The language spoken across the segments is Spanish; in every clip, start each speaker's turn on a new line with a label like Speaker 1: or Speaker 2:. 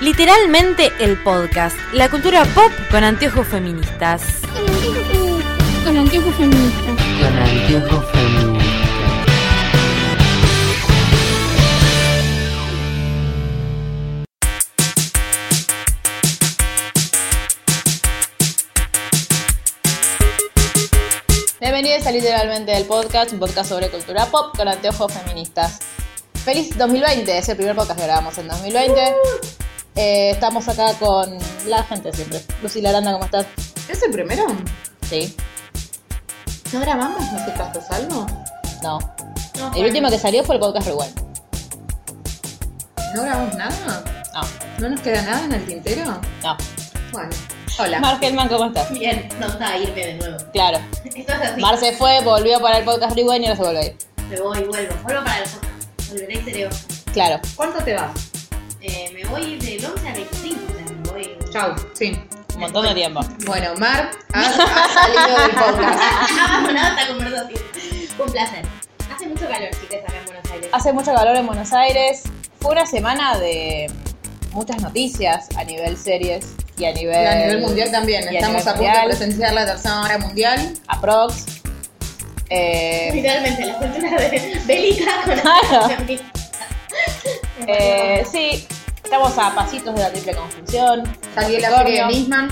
Speaker 1: Literalmente el podcast, la cultura pop con anteojos feministas.
Speaker 2: Con anteojos feministas.
Speaker 3: Con anteojos feministas.
Speaker 4: Bienvenidos a Literalmente el Podcast, un podcast sobre cultura pop con anteojos feministas. Feliz 2020, es el primer podcast que grabamos en 2020.
Speaker 5: Uh-huh.
Speaker 4: Eh, estamos acá con la gente siempre. Lucila Aranda, ¿cómo estás?
Speaker 6: ¿Es el primero?
Speaker 4: Sí,
Speaker 6: ¿No grabamos música hasta salvo?
Speaker 4: no. el último que salió fue el podcast Rewind.
Speaker 6: ¿No grabamos nada?
Speaker 4: No,
Speaker 6: ¿No nos queda nada en el tintero?
Speaker 4: no.
Speaker 6: Bueno, hola.
Speaker 4: Margelman, ¿cómo estás?
Speaker 5: Bien, no está irme de nuevo.
Speaker 4: Claro.
Speaker 5: Esto es así.
Speaker 4: Mar se fue, volvió para el podcast Rewind y ahora se vuelve a ir.
Speaker 5: Me voy, vuelvo. Vuelvo para el podcast. Volveré y creo.
Speaker 4: Claro.
Speaker 6: ¿Cuánto te vas?
Speaker 5: Eh, me voy del 11 al 25. O sea, me voy.
Speaker 6: Chau. Sí.
Speaker 4: Un montón de tiempo.
Speaker 6: Bueno, Mar ha, ha salido del podcast.
Speaker 5: Ha abandonado esta conversación. Un placer. Hace mucho calor, chicas, acá en Buenos Aires.
Speaker 4: Hace mucho calor en Buenos Aires. Fue una semana de muchas noticias a nivel series y a
Speaker 6: Y
Speaker 4: nivel,
Speaker 6: a nivel mundial
Speaker 4: y
Speaker 6: también.
Speaker 4: a
Speaker 6: Estamos
Speaker 4: nivel
Speaker 6: a punto de
Speaker 4: mundial.
Speaker 6: presenciar la tercera hora mundial.
Speaker 4: aprox. Eh,
Speaker 5: Literalmente, la cultura de bélica con
Speaker 4: Claro. eh,
Speaker 5: Eh,
Speaker 4: sí, estamos a pasitos de la triple conjunción.
Speaker 6: Salió la serie
Speaker 4: Capricornio.
Speaker 6: de Nisman.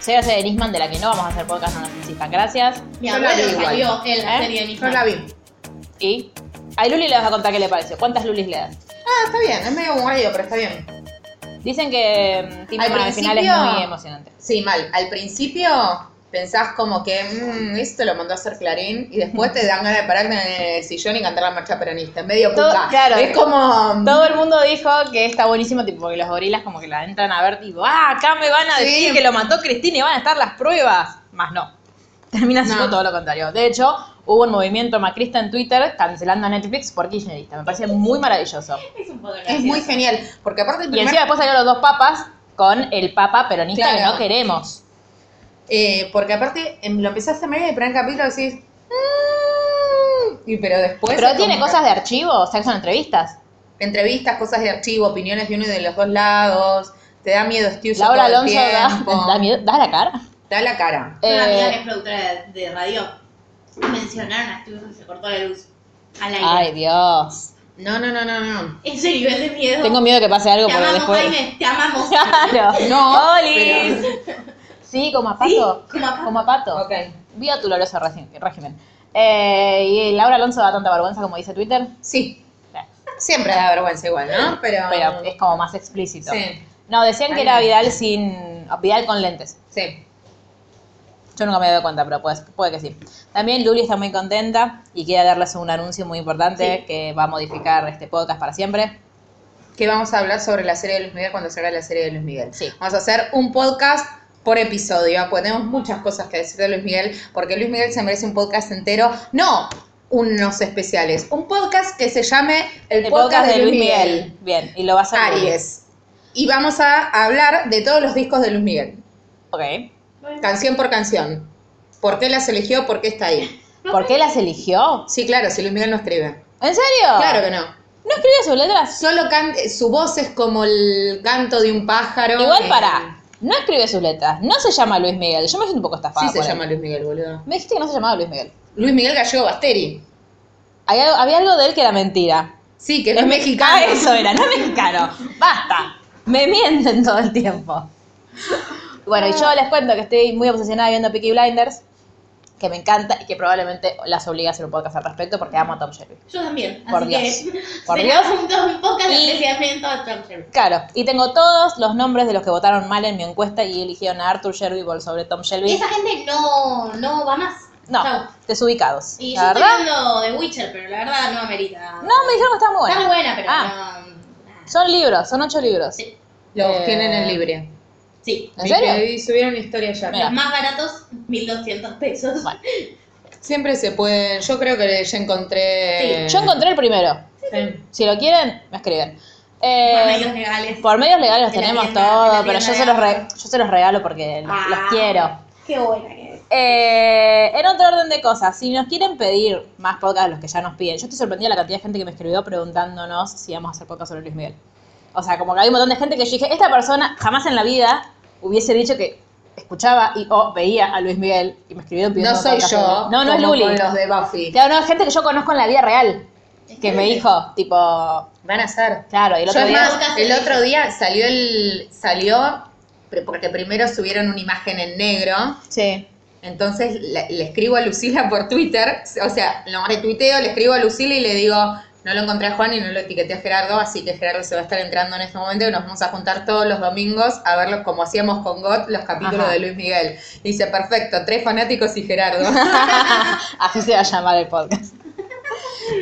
Speaker 4: Se hace de Nisman, de la que no vamos a hacer podcast, no nos insistan, gracias.
Speaker 5: Mi
Speaker 6: yo la
Speaker 5: abuelo
Speaker 6: vi igual.
Speaker 5: salió en la
Speaker 4: ¿Eh?
Speaker 5: serie de
Speaker 6: Yo
Speaker 5: Nissan.
Speaker 6: la vi.
Speaker 4: Y a Luli le vas a contar qué le pareció. ¿Cuántas Lulis le das?
Speaker 6: Ah, está bien. Es medio aburrido, pero está bien.
Speaker 4: Dicen que tiene
Speaker 6: Al
Speaker 4: al final es
Speaker 6: principio-
Speaker 4: muy emocionante.
Speaker 6: Sí, mal. Al principio pensás como que "Mm, esto lo mandó a hacer Clarín y después te dan ganas de pararte en el sillón y cantar la marcha peronista. Medio
Speaker 4: Todo-
Speaker 6: puta.
Speaker 4: claro.
Speaker 6: es como.
Speaker 4: Todo el mundo dijo que está buenísimo, tipo que los gorilas como que la entran a ver, tipo, ah, acá me van a
Speaker 6: Sí.
Speaker 4: decir que lo mató Cristina y van a estar las pruebas. Más no. Termina siendo
Speaker 6: No.
Speaker 4: todo lo contrario. De hecho, hubo un movimiento macrista en Twitter cancelando a Netflix por kirchnerista. Me parece muy maravilloso.
Speaker 5: Es un poco
Speaker 6: Es
Speaker 5: gracioso.
Speaker 6: muy genial, porque aparte el
Speaker 4: Y
Speaker 6: primer,
Speaker 4: encima después salieron los dos papas con el papa peronista que
Speaker 6: Claro.
Speaker 4: no queremos.
Speaker 6: eh, porque aparte em, lo empezás a mirar y el primer capítulo decís, "Mm", y pero después
Speaker 4: Pero
Speaker 6: es
Speaker 4: tiene
Speaker 6: como
Speaker 4: cosas
Speaker 6: que-
Speaker 4: de archivo, o sea, que son entrevistas.
Speaker 6: entrevistas, cosas de archivo, opiniones de uno y de los dos lados, te da miedo Steve
Speaker 4: Laura
Speaker 6: todo el
Speaker 4: Alonso da,
Speaker 6: tiempo.
Speaker 4: da miedo- da la cara.
Speaker 6: Te da la cara.
Speaker 5: Una amiga que
Speaker 4: Eh,
Speaker 5: es productora de, de radio. Mencionaron a Steve se cortó la luz al aire.
Speaker 4: ay, Dios.
Speaker 6: No, no, no, no, no.
Speaker 5: Ese nivel de miedo.
Speaker 4: Tengo miedo que pase algo
Speaker 5: Te
Speaker 4: porque
Speaker 5: amamos,
Speaker 4: después.
Speaker 5: Jaime, te amamos.
Speaker 4: Claro.
Speaker 6: No,
Speaker 4: ¡Olis! Sí, como a pato.
Speaker 5: como a pato.
Speaker 4: Como a pato.
Speaker 6: Ok.
Speaker 4: Vi a tu glorioso régi- régimen. Eh, y Laura Alonso da tanta vergüenza como dice Twitter,
Speaker 6: Sí, siempre da vergüenza igual, ¿no? Pero,
Speaker 4: pero es como más explícito.
Speaker 6: Sí.
Speaker 4: No, decían que era Vidal sin. Vidal con lentes.
Speaker 6: sí.
Speaker 4: Yo nunca me doy cuenta, pero puede, puede que sí. También Luli está muy contenta y quiere darles un anuncio muy importante que va a modificar este podcast para siempre.
Speaker 6: Que vamos a hablar sobre la serie de Luis Miguel cuando salga la serie de Luis Miguel.
Speaker 4: Sí.
Speaker 6: Vamos a hacer un podcast por episodio. Pues tenemos muchas cosas que decir de Luis Miguel, porque Luis Miguel se merece un podcast entero. No unos especiales. Un podcast que se llame El, podcast, de, Luis Miguel.
Speaker 4: Bien, y lo va a hacer Luli.
Speaker 6: Aries. Y vamos a hablar de todos los discos de Luis Miguel.
Speaker 4: Ok.
Speaker 6: Canción por canción. ¿Por qué las eligió? ¿Por qué está ahí?
Speaker 4: ¿Por qué las eligió?
Speaker 6: Sí, claro, si Luis Miguel no escribe.
Speaker 4: ¿En serio?
Speaker 6: Claro que no.
Speaker 4: ¿No escribió sus letras?
Speaker 6: Solo can- su voz es como el canto de un pájaro.
Speaker 4: Igual
Speaker 6: Eh,
Speaker 4: para. No escribe sus letras. No se llama Luis Miguel. Yo me siento un poco
Speaker 6: Sí
Speaker 4: estafada.
Speaker 6: se
Speaker 4: por él.
Speaker 6: llama Luis Miguel, boludo.
Speaker 4: Me dijiste que no se llamaba Luis Miguel.
Speaker 6: Luis Miguel Gallego Basteri.
Speaker 4: Hay algo- había algo de él que era mentira.
Speaker 6: Sí, que Ah, no es
Speaker 4: mexicano.
Speaker 6: mexicano.
Speaker 4: Ah, eso era, no es mexicano. Basta. Me mienten todo el tiempo. Bueno, y yo les cuento que estoy muy obsesionada viendo Peaky Blinders, que me encanta y que probablemente las obligue a hacer un podcast al respecto porque amo a Tom Shelby.
Speaker 5: Yo también.
Speaker 4: Por
Speaker 5: así
Speaker 4: Dios.
Speaker 5: que
Speaker 4: Por
Speaker 5: será
Speaker 4: Dios.
Speaker 5: un, un podcast
Speaker 4: Y-
Speaker 5: de especialmente a Trump Sherman.
Speaker 4: Claro, y tengo todos los nombres de los que votaron mal en mi encuesta y eligieron a Arthur Shelby por sobre Tom Shelby.
Speaker 5: Esa gente no, no va más.
Speaker 4: No,
Speaker 5: Chau.
Speaker 4: desubicados.
Speaker 5: Y
Speaker 4: la
Speaker 5: yo
Speaker 4: verdad.
Speaker 5: estoy hablando de Witcher, pero la verdad no amerita.
Speaker 4: No, me dijeron que está muy buena.
Speaker 5: Está muy buena, pero
Speaker 4: Ah,
Speaker 5: no.
Speaker 4: Son libros, son ocho libros.
Speaker 5: Sí.
Speaker 6: Lo
Speaker 4: Eh,
Speaker 6: tienen en libre.
Speaker 5: Sí.
Speaker 4: ¿En serio?
Speaker 6: Y subieron una historia ya.
Speaker 4: Mira.
Speaker 5: Los más baratos, 1200 pesos.
Speaker 4: Bueno.
Speaker 6: Siempre se pueden. Yo creo que ya encontré. eh,
Speaker 4: Yo encontré el primero.
Speaker 6: Sí.
Speaker 4: Si lo quieren, me escriben.
Speaker 5: Por
Speaker 4: Eh,
Speaker 5: medios legales.
Speaker 4: por medios legales los
Speaker 5: En la
Speaker 4: tenemos
Speaker 5: tienda- en
Speaker 4: todo,
Speaker 5: la
Speaker 4: pero
Speaker 5: tienda
Speaker 4: yo
Speaker 5: de
Speaker 4: se, los re-
Speaker 5: Amazon.
Speaker 4: yo se los regalo porque los,
Speaker 5: Ah,
Speaker 4: los quiero.
Speaker 5: Qué buena que es.
Speaker 4: Eh, en otro orden de cosas, si nos quieren pedir más podcasts, los que ya nos piden, yo estoy sorprendida de la cantidad de gente que me escribió preguntándonos si vamos a hacer podcast sobre Luis Miguel. O sea, como que hay un montón de gente que yo dije, esta persona jamás en la vida hubiese dicho que escuchaba y o veía a Luis Miguel y me escribió pidiendo
Speaker 6: No
Speaker 4: un
Speaker 6: soy
Speaker 4: podcast sobre
Speaker 6: yo.
Speaker 4: él. No, no es
Speaker 6: como
Speaker 4: Luli.
Speaker 6: Con los de Buffy.
Speaker 4: Claro, no, es gente que yo conozco en la vida real. Que me dijo, tipo,
Speaker 6: Van a ser.
Speaker 4: claro, y el
Speaker 6: Yo,
Speaker 4: otro
Speaker 6: es
Speaker 4: día.
Speaker 6: más, el otro día salió el. salió. pero Porque primero subieron una imagen en negro.
Speaker 4: Sí.
Speaker 6: Entonces le, le escribo a Lucila por Twitter, o sea, lo retuiteo, le escribo a Lucila y le digo, no lo encontré a Juan y no lo etiqueté a Gerardo, así que Gerardo se va a estar entrando en este momento y nos vamos a juntar todos los domingos a verlos como hacíamos con God, los capítulos
Speaker 4: Ajá.
Speaker 6: de Luis Miguel. Y dice, perfecto, tres fanáticos y Gerardo.
Speaker 4: Así se va a llamar el podcast.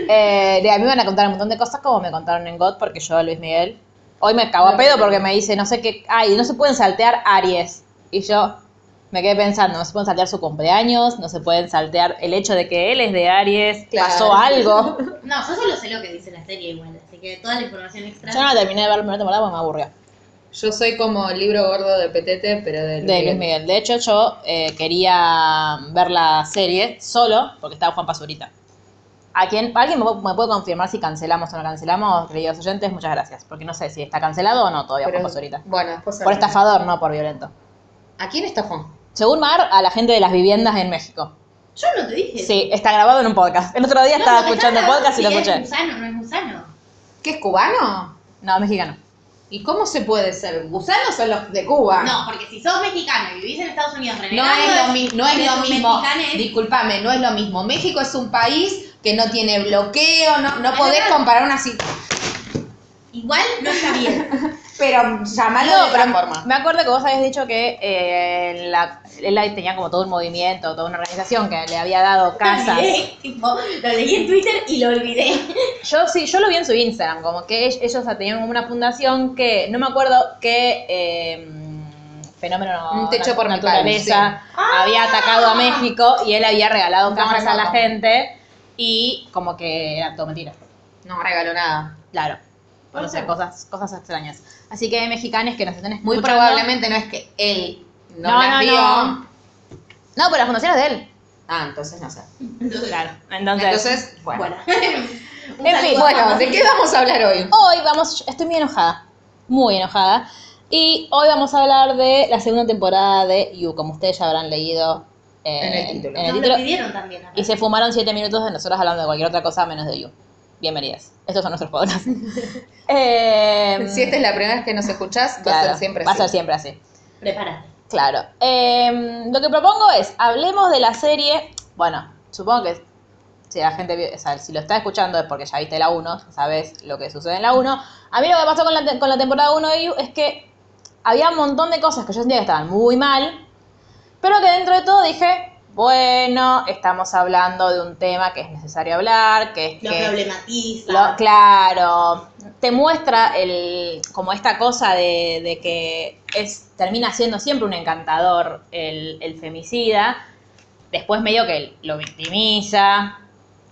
Speaker 4: Eh, de- a mí me van a contar un montón de cosas como me contaron en God, porque yo a Luis Miguel. Hoy me cago a pedo porque me dice, no sé qué. Ay, no se pueden saltear Aries. Y yo me quedé pensando, no se pueden saltear su cumpleaños, no se pueden saltear el hecho de que él es de Aries,
Speaker 6: Claro.
Speaker 4: pasó algo.
Speaker 5: No, yo solo sé lo que dice la serie igual, así que toda la información extra.
Speaker 4: Yo no la terminé de ver la primera temporada porque me aburrió.
Speaker 6: Yo soy como el libro gordo de Petete, pero de Luis,
Speaker 4: De Luis Miguel. De hecho, yo eh, quería ver la serie solo porque estaba Juan Pazurita. ¿A quién, ¿Alguien me, pu- me puede confirmar si cancelamos o no cancelamos, queridos oyentes? Muchas gracias. Porque no sé si está cancelado o no todavía
Speaker 6: Pero-
Speaker 4: Juan Pazurita.
Speaker 6: Bueno, después
Speaker 4: Por
Speaker 6: hablamos.
Speaker 4: estafador, no por violento.
Speaker 6: ¿A quién estafó?
Speaker 4: Según Mar, a la gente de las viviendas en México.
Speaker 5: Yo no te dije.
Speaker 4: Sí, está grabado en un podcast. El otro día
Speaker 5: No,
Speaker 4: estaba
Speaker 5: porque
Speaker 4: escuchando
Speaker 5: yo
Speaker 4: el
Speaker 5: no-
Speaker 4: podcast y lo
Speaker 5: si Es
Speaker 4: escuché.
Speaker 5: gusano, no es gusano.
Speaker 6: ¿Qué es cubano?
Speaker 4: No, mexicano.
Speaker 6: ¿Y cómo se puede ser? Gusanos son los de Cuba.
Speaker 5: No, porque si sos mexicano y vivís en Estados Unidos
Speaker 6: No
Speaker 5: renegando
Speaker 6: es lo,
Speaker 5: de-
Speaker 6: mi- no es
Speaker 5: de
Speaker 6: lo
Speaker 5: tus
Speaker 6: mismo.
Speaker 5: mexicanes,
Speaker 6: Disculpame, no es lo mismo. México es un país que no tiene bloqueo, no, no
Speaker 4: Ah,
Speaker 5: Es
Speaker 6: podés
Speaker 5: verdad.
Speaker 6: comparar una así.
Speaker 5: igual no está bien.
Speaker 6: Pero llamarlo
Speaker 4: No,
Speaker 6: de otra
Speaker 4: pero
Speaker 6: forma.
Speaker 4: Me acuerdo que vos habías dicho que eh, la, él ahí tenía como todo un movimiento, toda una organización que le había dado
Speaker 5: Lo,
Speaker 4: casas.
Speaker 5: olvidé, tipo, lo leí en Twitter y lo olvidé.
Speaker 4: Yo sí, yo lo vi en su Instagram, como que ell- ellos tenían como una fundación que, no me acuerdo qué eh, fenómeno
Speaker 6: Un techo
Speaker 4: nat-
Speaker 6: por mi Ah.
Speaker 4: naturaleza había atacado a México y él había regalado
Speaker 6: Un
Speaker 4: casas a la
Speaker 6: terremoto.
Speaker 4: gente y como que era todo mentira.
Speaker 6: No regaló nada.
Speaker 4: Claro. O sea, cosas, cosas extrañas. Así que mexicanos que nos estén
Speaker 6: Muy
Speaker 4: escuchando-
Speaker 6: probablemente no es que él no,
Speaker 4: No,
Speaker 6: las
Speaker 4: no,
Speaker 6: vio.
Speaker 4: no. No, pero la fundación es de él.
Speaker 6: Ah, entonces no sé.
Speaker 5: Entonces,
Speaker 4: Claro. Entonces,
Speaker 6: Entonces, bueno.
Speaker 5: Bueno. Un
Speaker 4: En fin,
Speaker 5: saludo.
Speaker 6: Bueno, ¿de qué vamos a hablar hoy?
Speaker 4: hoy vamos, estoy muy enojada, muy enojada. Y hoy vamos a hablar de la segunda temporada de You, como ustedes ya habrán leído eh,
Speaker 6: En el título.
Speaker 4: en el
Speaker 5: Nos
Speaker 4: título.
Speaker 5: lo pidieron también. aparte.
Speaker 4: Y se fumaron siete minutos de nosotros hablando de cualquier otra cosa menos de You. Bienvenidas. Estos son nuestros podcasts. Eh,
Speaker 6: Si esta es la primera vez que nos escuchás, va a
Speaker 4: claro,
Speaker 6: ser siempre
Speaker 4: va a
Speaker 6: así.
Speaker 4: ser siempre así.
Speaker 5: Prepárate.
Speaker 4: Claro. Eh, lo que propongo es, hablemos de la serie. Bueno, supongo que si la gente, vio- o sea, si lo está escuchando es porque ya viste la 1, ya sabes lo que sucede en la 1. A mí lo que pasó con la, te- con la temporada 1 de You es que había un montón de cosas que yo sentía que estaban muy mal, pero que dentro de todo dije, bueno, estamos hablando de un tema que es necesario hablar, que es
Speaker 5: Lo
Speaker 4: que...
Speaker 5: problematiza.
Speaker 4: Lo- claro, te muestra el, como esta cosa de, de que es, termina siendo siempre un encantador el, el femicida, después medio que lo victimiza,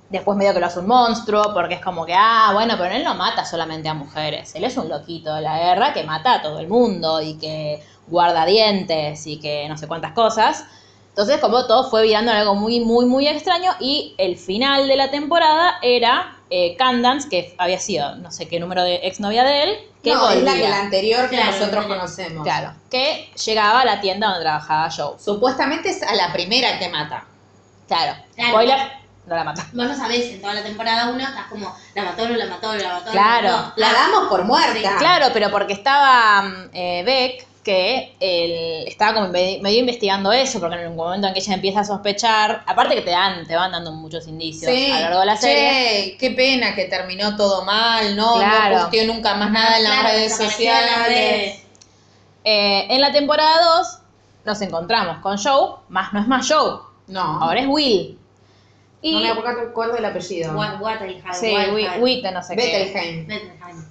Speaker 4: después medio que lo hace un monstruo, porque es como que, ah, bueno, pero él no mata solamente a mujeres, él es un loquito de la guerra que mata a todo el mundo y que guarda dientes y que no sé cuántas cosas. Entonces, como todo fue virando en algo muy, muy, muy extraño. Y el final de la temporada era eh, Candance, que había sido no sé qué número de exnovia de él, que
Speaker 6: No, es la,
Speaker 4: volvía.
Speaker 6: la anterior que
Speaker 5: Claro,
Speaker 6: nosotros
Speaker 5: la-
Speaker 6: conocemos.
Speaker 4: Claro, que llegaba a la tienda donde trabajaba Joe.
Speaker 6: Supuestamente es a la primera que mata.
Speaker 4: Claro,
Speaker 5: Claro.
Speaker 4: spoiler, no la mata.
Speaker 5: Vos no sabés, en toda la temporada 1 estás como, la mató, la mató, la mató.
Speaker 4: Claro.
Speaker 5: La mató.
Speaker 6: La damos por muerta.
Speaker 4: Claro, pero porque estaba mm, eh, Beck, que él estaba como inve- medio investigando eso, porque en el momento en que ella empieza a sospechar, aparte que te dan, te van dando muchos indicios a lo largo de la serie.
Speaker 6: Che, qué pena que terminó todo mal, no,
Speaker 4: Claro.
Speaker 6: no posteó nunca más nada en las
Speaker 5: Claro,
Speaker 6: redes
Speaker 5: desapareció de
Speaker 6: sociales.
Speaker 5: las redes.
Speaker 4: Eh, en la temporada 2 nos encontramos con Joe, más no es más Joe,
Speaker 6: No,
Speaker 4: ahora es Will. Y,
Speaker 6: no me acuerdo acuerdo el apellido.
Speaker 5: What- Waterheim,
Speaker 4: sí, Wi-
Speaker 5: Waterheim.
Speaker 4: Witten, no sé qué.
Speaker 6: Bettelheim.
Speaker 5: Waterheim.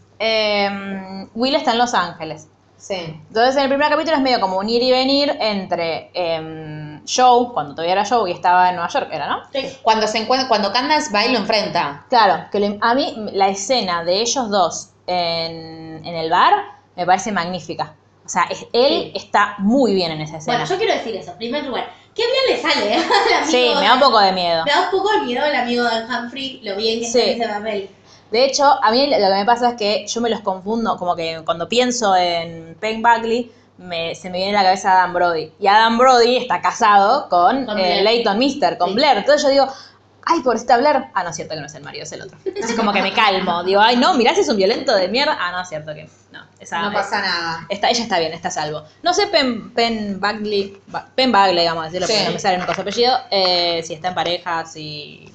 Speaker 4: Eh, Will está en Los Ángeles.
Speaker 6: Sí.
Speaker 4: Entonces en el primer capítulo es medio como un ir y venir entre em, Joe, cuando todavía era Joe y estaba en Nueva York, era, ¿no?
Speaker 5: Sí.
Speaker 6: Cuando se encuentra, cuando Candace va y lo enfrenta.
Speaker 4: Claro, que le- a mí la escena de ellos dos en, en el bar me parece magnífica. O sea, es- él está muy bien en esa escena.
Speaker 5: Bueno, yo quiero decir eso. En primer lugar, qué bien le sale al amigo.
Speaker 4: sí, me da un poco de miedo.
Speaker 5: Me da un poco de miedo el amigo de Humphrey, lo bien que
Speaker 4: Sí.
Speaker 5: está en ese papel.
Speaker 4: De hecho, a mí lo que me pasa es que yo me los confundo, como que cuando pienso en Penn Buckley, me- se me viene a la cabeza Adam Brody. Y Adam Brody está casado con,
Speaker 5: Con
Speaker 4: eh,
Speaker 5: Blair.
Speaker 4: Leighton Mister, con
Speaker 5: Sí.
Speaker 4: Blair. Entonces yo digo, ay, por esta Blair. Ah, no es cierto que no es el marido, es el otro. Entonces como que me calmo. Digo, ay, no, mirá si es un violento de mierda. Ah, no es cierto que no. es Adam-
Speaker 6: No pasa nada.
Speaker 4: Está, ella está bien, está a salvo. No sé, Pen, Pen Bagley, Ba- Pen Bagley, digamos, decirlo,
Speaker 6: Sí.
Speaker 4: porque no me sale nunca su apellido, eh, si está en pareja, si...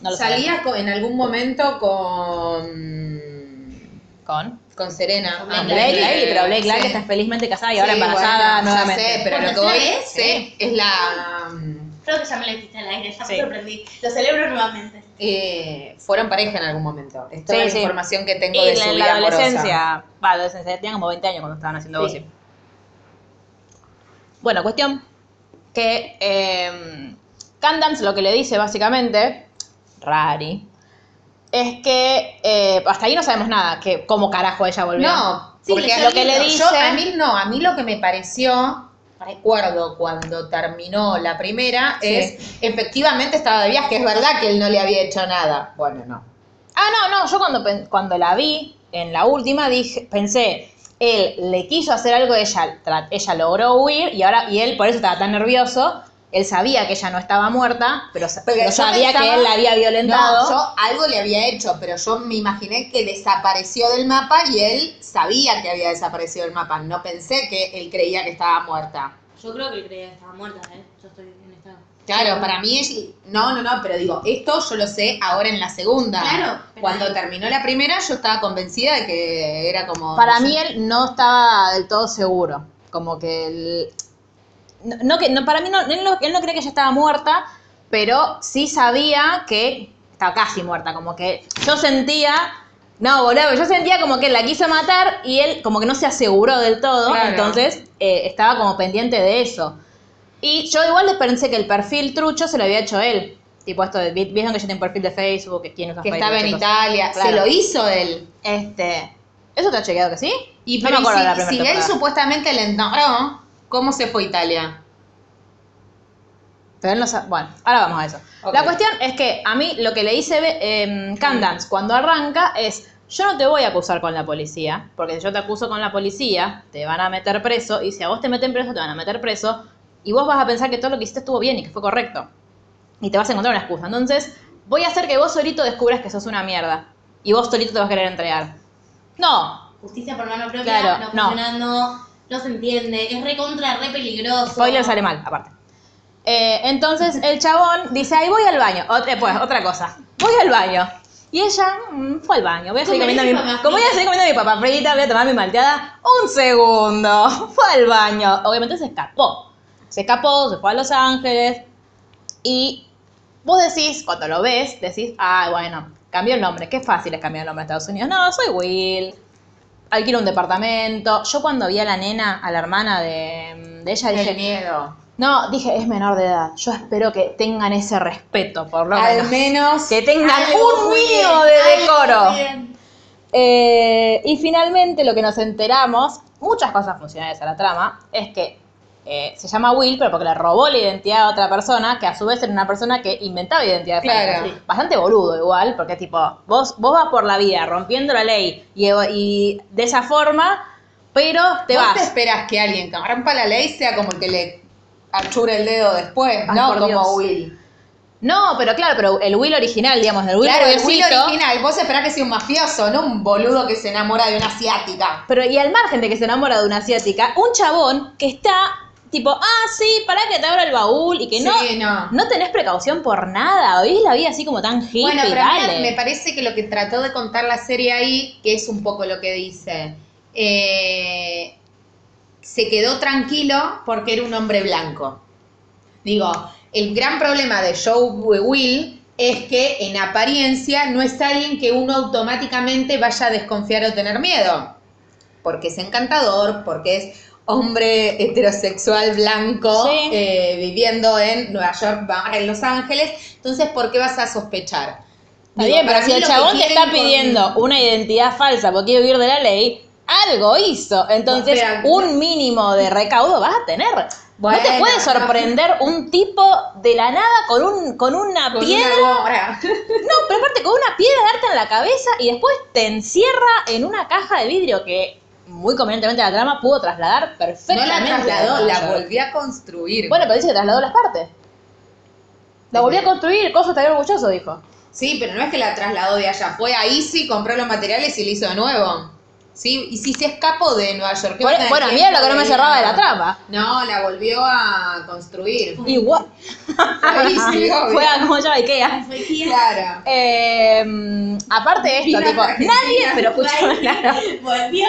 Speaker 4: No lo sabemos.
Speaker 6: Salía co- en algún momento con.
Speaker 4: ¿Con?
Speaker 6: con Serena.
Speaker 5: Con
Speaker 4: Blake
Speaker 6: Ah,
Speaker 4: Lively, pero Blake Lively
Speaker 6: sí.
Speaker 4: está felizmente casada y
Speaker 6: Sí,
Speaker 4: ahora embarazada
Speaker 6: bueno, ya
Speaker 4: nuevamente.
Speaker 6: sé, pero lo que
Speaker 5: Bueno,
Speaker 6: voy
Speaker 5: sí,
Speaker 6: es, sí, es la. mm,
Speaker 5: Creo que ya me lo hiciste al aire, ya
Speaker 4: Sí.
Speaker 5: me sorprendí. Lo celebro nuevamente.
Speaker 6: eh, fueron pareja en algún momento. Es toda
Speaker 4: Sí,
Speaker 6: la
Speaker 4: sí.
Speaker 6: información que tengo de
Speaker 4: Y
Speaker 6: su
Speaker 4: en
Speaker 6: vida
Speaker 4: la
Speaker 6: amorosa.
Speaker 4: adolescencia, va, adolescencia, tenían como 20 años cuando estaban haciendo
Speaker 5: Sí.
Speaker 4: gossip. Bueno, cuestión que eh, Candance lo que le dice básicamente, Rari, es que eh, hasta ahí no sabemos nada, que cómo carajo ella volvió.
Speaker 6: No,
Speaker 5: Sí,
Speaker 6: porque
Speaker 5: yo
Speaker 6: lo que
Speaker 5: digo,
Speaker 6: le dice.
Speaker 4: yo-
Speaker 6: a mí no, a mí lo que me pareció, recuerdo cuando terminó la primera,
Speaker 4: Sí.
Speaker 6: es efectivamente estaba de viaje. Es verdad que él no le había hecho nada. Bueno, no.
Speaker 4: Ah, no, no, yo cuando, pen- cuando la vi en la última dije, pensé, él le quiso hacer algo, ella, tra- ella logró huir y ahora y él por eso estaba tan nervioso. Él sabía que ella no estaba muerta, pero, sa-
Speaker 6: Porque
Speaker 4: pero
Speaker 6: yo
Speaker 4: sabía
Speaker 6: pensaba-
Speaker 4: que él la había violentado.
Speaker 6: No, yo algo le había hecho, pero yo me imaginé que desapareció del mapa y él sabía que había desaparecido del mapa. No pensé que él creía que estaba muerta.
Speaker 5: Yo creo que él creía que estaba muerta, ¿eh? Yo estoy en estado.
Speaker 6: Claro, para mí es... No, no, no, pero digo, esto yo lo sé ahora en la segunda.
Speaker 5: Claro, pero-
Speaker 6: Cuando terminó la primera yo estaba convencida de que era como...
Speaker 4: Para
Speaker 6: no
Speaker 4: mí
Speaker 6: sé,
Speaker 4: él no estaba del todo seguro, como que él, no, no que no, para mí no él, no él no creía que ella estaba muerta, pero sí sabía que estaba casi muerta, como que yo sentía no, boludo, yo sentía como que él la quiso matar y él como que no se aseguró del todo,
Speaker 6: Claro.
Speaker 4: entonces eh, estaba como pendiente de eso. Y yo igual les pensé que el perfil trucho se lo había hecho él. Tipo esto, de, vi- vieron que yo tengo un perfil de Facebook, que quién usa
Speaker 6: Que
Speaker 4: Facebook,
Speaker 6: estaba en
Speaker 4: chicos?
Speaker 6: Italia.
Speaker 4: Claro.
Speaker 6: Se lo hizo él.
Speaker 4: Este, ¿eso te ha chequeado que sí?
Speaker 6: Y
Speaker 4: no
Speaker 6: pero
Speaker 4: me acuerdo de la
Speaker 6: y si,
Speaker 4: primera
Speaker 6: si él
Speaker 4: temporada.
Speaker 6: supuestamente le enamoró, ¿cómo se fue a Italia?
Speaker 4: Pero él no sa- Bueno, ahora vamos a eso.
Speaker 6: Ok.
Speaker 4: La cuestión es que a mí lo que le dice eh, Candance cuando arranca es: Yo no te voy a acusar con la policía, porque si yo te acuso con la policía, te van a meter preso, y si a vos te meten preso, te van a meter preso, y vos vas a pensar que todo lo que hiciste estuvo bien y que fue correcto. Y te vas a encontrar una excusa. Entonces, voy a hacer que vos solito descubras que sos una mierda. Y vos solito te vas a querer entregar. No,
Speaker 5: Justicia por mano propia,
Speaker 4: Claro,
Speaker 5: no
Speaker 4: no.
Speaker 5: funcionando, no se entiende, es re contra, re peligroso.
Speaker 4: spoiler sale mal, aparte. Eh, entonces el chabón dice, ay, voy al baño. Ot- eh, pues, otra cosa. Voy al baño. Y ella mm, fue al baño. Voy a seguir
Speaker 5: Comeré
Speaker 4: comiendo mi,
Speaker 5: papas
Speaker 4: como voy a
Speaker 5: fritas.
Speaker 4: seguir comiendo mi papa frita, voy a tomar mi malteada. Un segundo. Fue al baño. Obviamente se escapó. Se escapó, se fue a Los Ángeles. Y vos decís, cuando lo ves, decís, ah, bueno, cambió el nombre. Qué fácil es cambiar el nombre en Estados Unidos. No, soy Will. Alquilo un departamento. Yo cuando vi a la nena, a la hermana de, de ella, dije,
Speaker 6: El miedo.
Speaker 4: no, dije, es menor de edad. Yo espero que tengan ese respeto, por lo
Speaker 6: Al
Speaker 4: menos.
Speaker 6: menos...
Speaker 4: que tengan
Speaker 6: algo
Speaker 4: un
Speaker 6: cuiden,
Speaker 4: mínimo de decoro.
Speaker 5: Bien.
Speaker 4: Eh, y finalmente lo que nos enteramos, muchas cosas funcionales a la trama, es que eh, se llama Will, pero porque le robó la identidad a otra persona, que a su vez era una persona que inventaba identidades
Speaker 6: Claro.
Speaker 4: falsas. Bastante boludo igual, porque tipo, vos, vos vas por la vida rompiendo la ley y, y de esa forma, pero te
Speaker 6: ¿Vos
Speaker 4: vas.
Speaker 6: te esperas que alguien que rompa la ley sea como el que le achura el dedo después?
Speaker 4: Ay,
Speaker 6: no,
Speaker 4: por
Speaker 6: como
Speaker 4: Dios.
Speaker 6: Will.
Speaker 4: No, pero claro, pero el Will original, digamos, el Will
Speaker 6: claro, el Will
Speaker 4: rubiecito,
Speaker 6: original. Vos esperás que sea un mafioso, no un boludo que se enamora de una asiática.
Speaker 4: Pero y al margen de que se enamora de una asiática, un chabón que está tipo, ah, sí, pará que te abra el baúl y que no,
Speaker 6: Sí, no.
Speaker 4: no tenés precaución por nada. Hoy la vida así como tan hippie,
Speaker 6: Bueno, pero a mí
Speaker 4: dale.
Speaker 6: me parece que lo que trató de contar la serie ahí, que es un poco lo que dice, eh, se quedó tranquilo porque era un hombre blanco. Digo, el gran problema de Joe Will es que en apariencia no es alguien que uno automáticamente vaya a desconfiar o tener miedo. Porque es encantador, porque es hombre heterosexual blanco
Speaker 4: Sí.
Speaker 6: eh, viviendo en Nueva York, va- en Los Ángeles. Entonces, ¿por qué vas a sospechar?
Speaker 4: Está
Speaker 6: Digo,
Speaker 4: bien, pero
Speaker 6: para
Speaker 4: si
Speaker 6: mí
Speaker 4: el
Speaker 6: lo que
Speaker 4: chabón te
Speaker 6: quieren
Speaker 4: está
Speaker 6: con-
Speaker 4: pidiendo una identidad falsa porque quiere vivir de la ley, algo hizo. Entonces,
Speaker 6: Bueno, pero-
Speaker 4: un mínimo de recaudo vas a tener. no te puede sorprender un tipo de la nada con, un, con una
Speaker 6: con
Speaker 4: piedra.
Speaker 6: una gorra.
Speaker 4: No, pero aparte con una piedra darte en la cabeza y después te encierra en una caja de vidrio que muy convenientemente la trama pudo trasladar
Speaker 6: No
Speaker 4: perfectamente.
Speaker 6: la trasladó, la
Speaker 4: Bueno,
Speaker 6: volví a construir.
Speaker 4: Bueno, pero dice que trasladó las partes. La volví a construir, cosa estaría orgulloso, dijo.
Speaker 6: Sí, pero no es que la trasladó de allá. Fue ahí sí, compró los materiales y le hizo de nuevo. Sí, y si se escapó de Nueva York. ¿qué
Speaker 4: Bueno,
Speaker 6: van a
Speaker 4: e- bueno, a mí
Speaker 6: decir?
Speaker 4: es lo que no me cerraba de la trama.
Speaker 6: No, la volvió a construir.
Speaker 4: Igual.
Speaker 6: Ahí sí, obvio.
Speaker 4: Fue a- Ah, como se llama Ikea.
Speaker 5: Fue aquí.
Speaker 6: Claro.
Speaker 4: Eh, aparte de esto,
Speaker 6: Mira,
Speaker 4: tipo,
Speaker 6: Argentina.
Speaker 4: nadie, pero escuchame, claro,
Speaker 5: Volvió.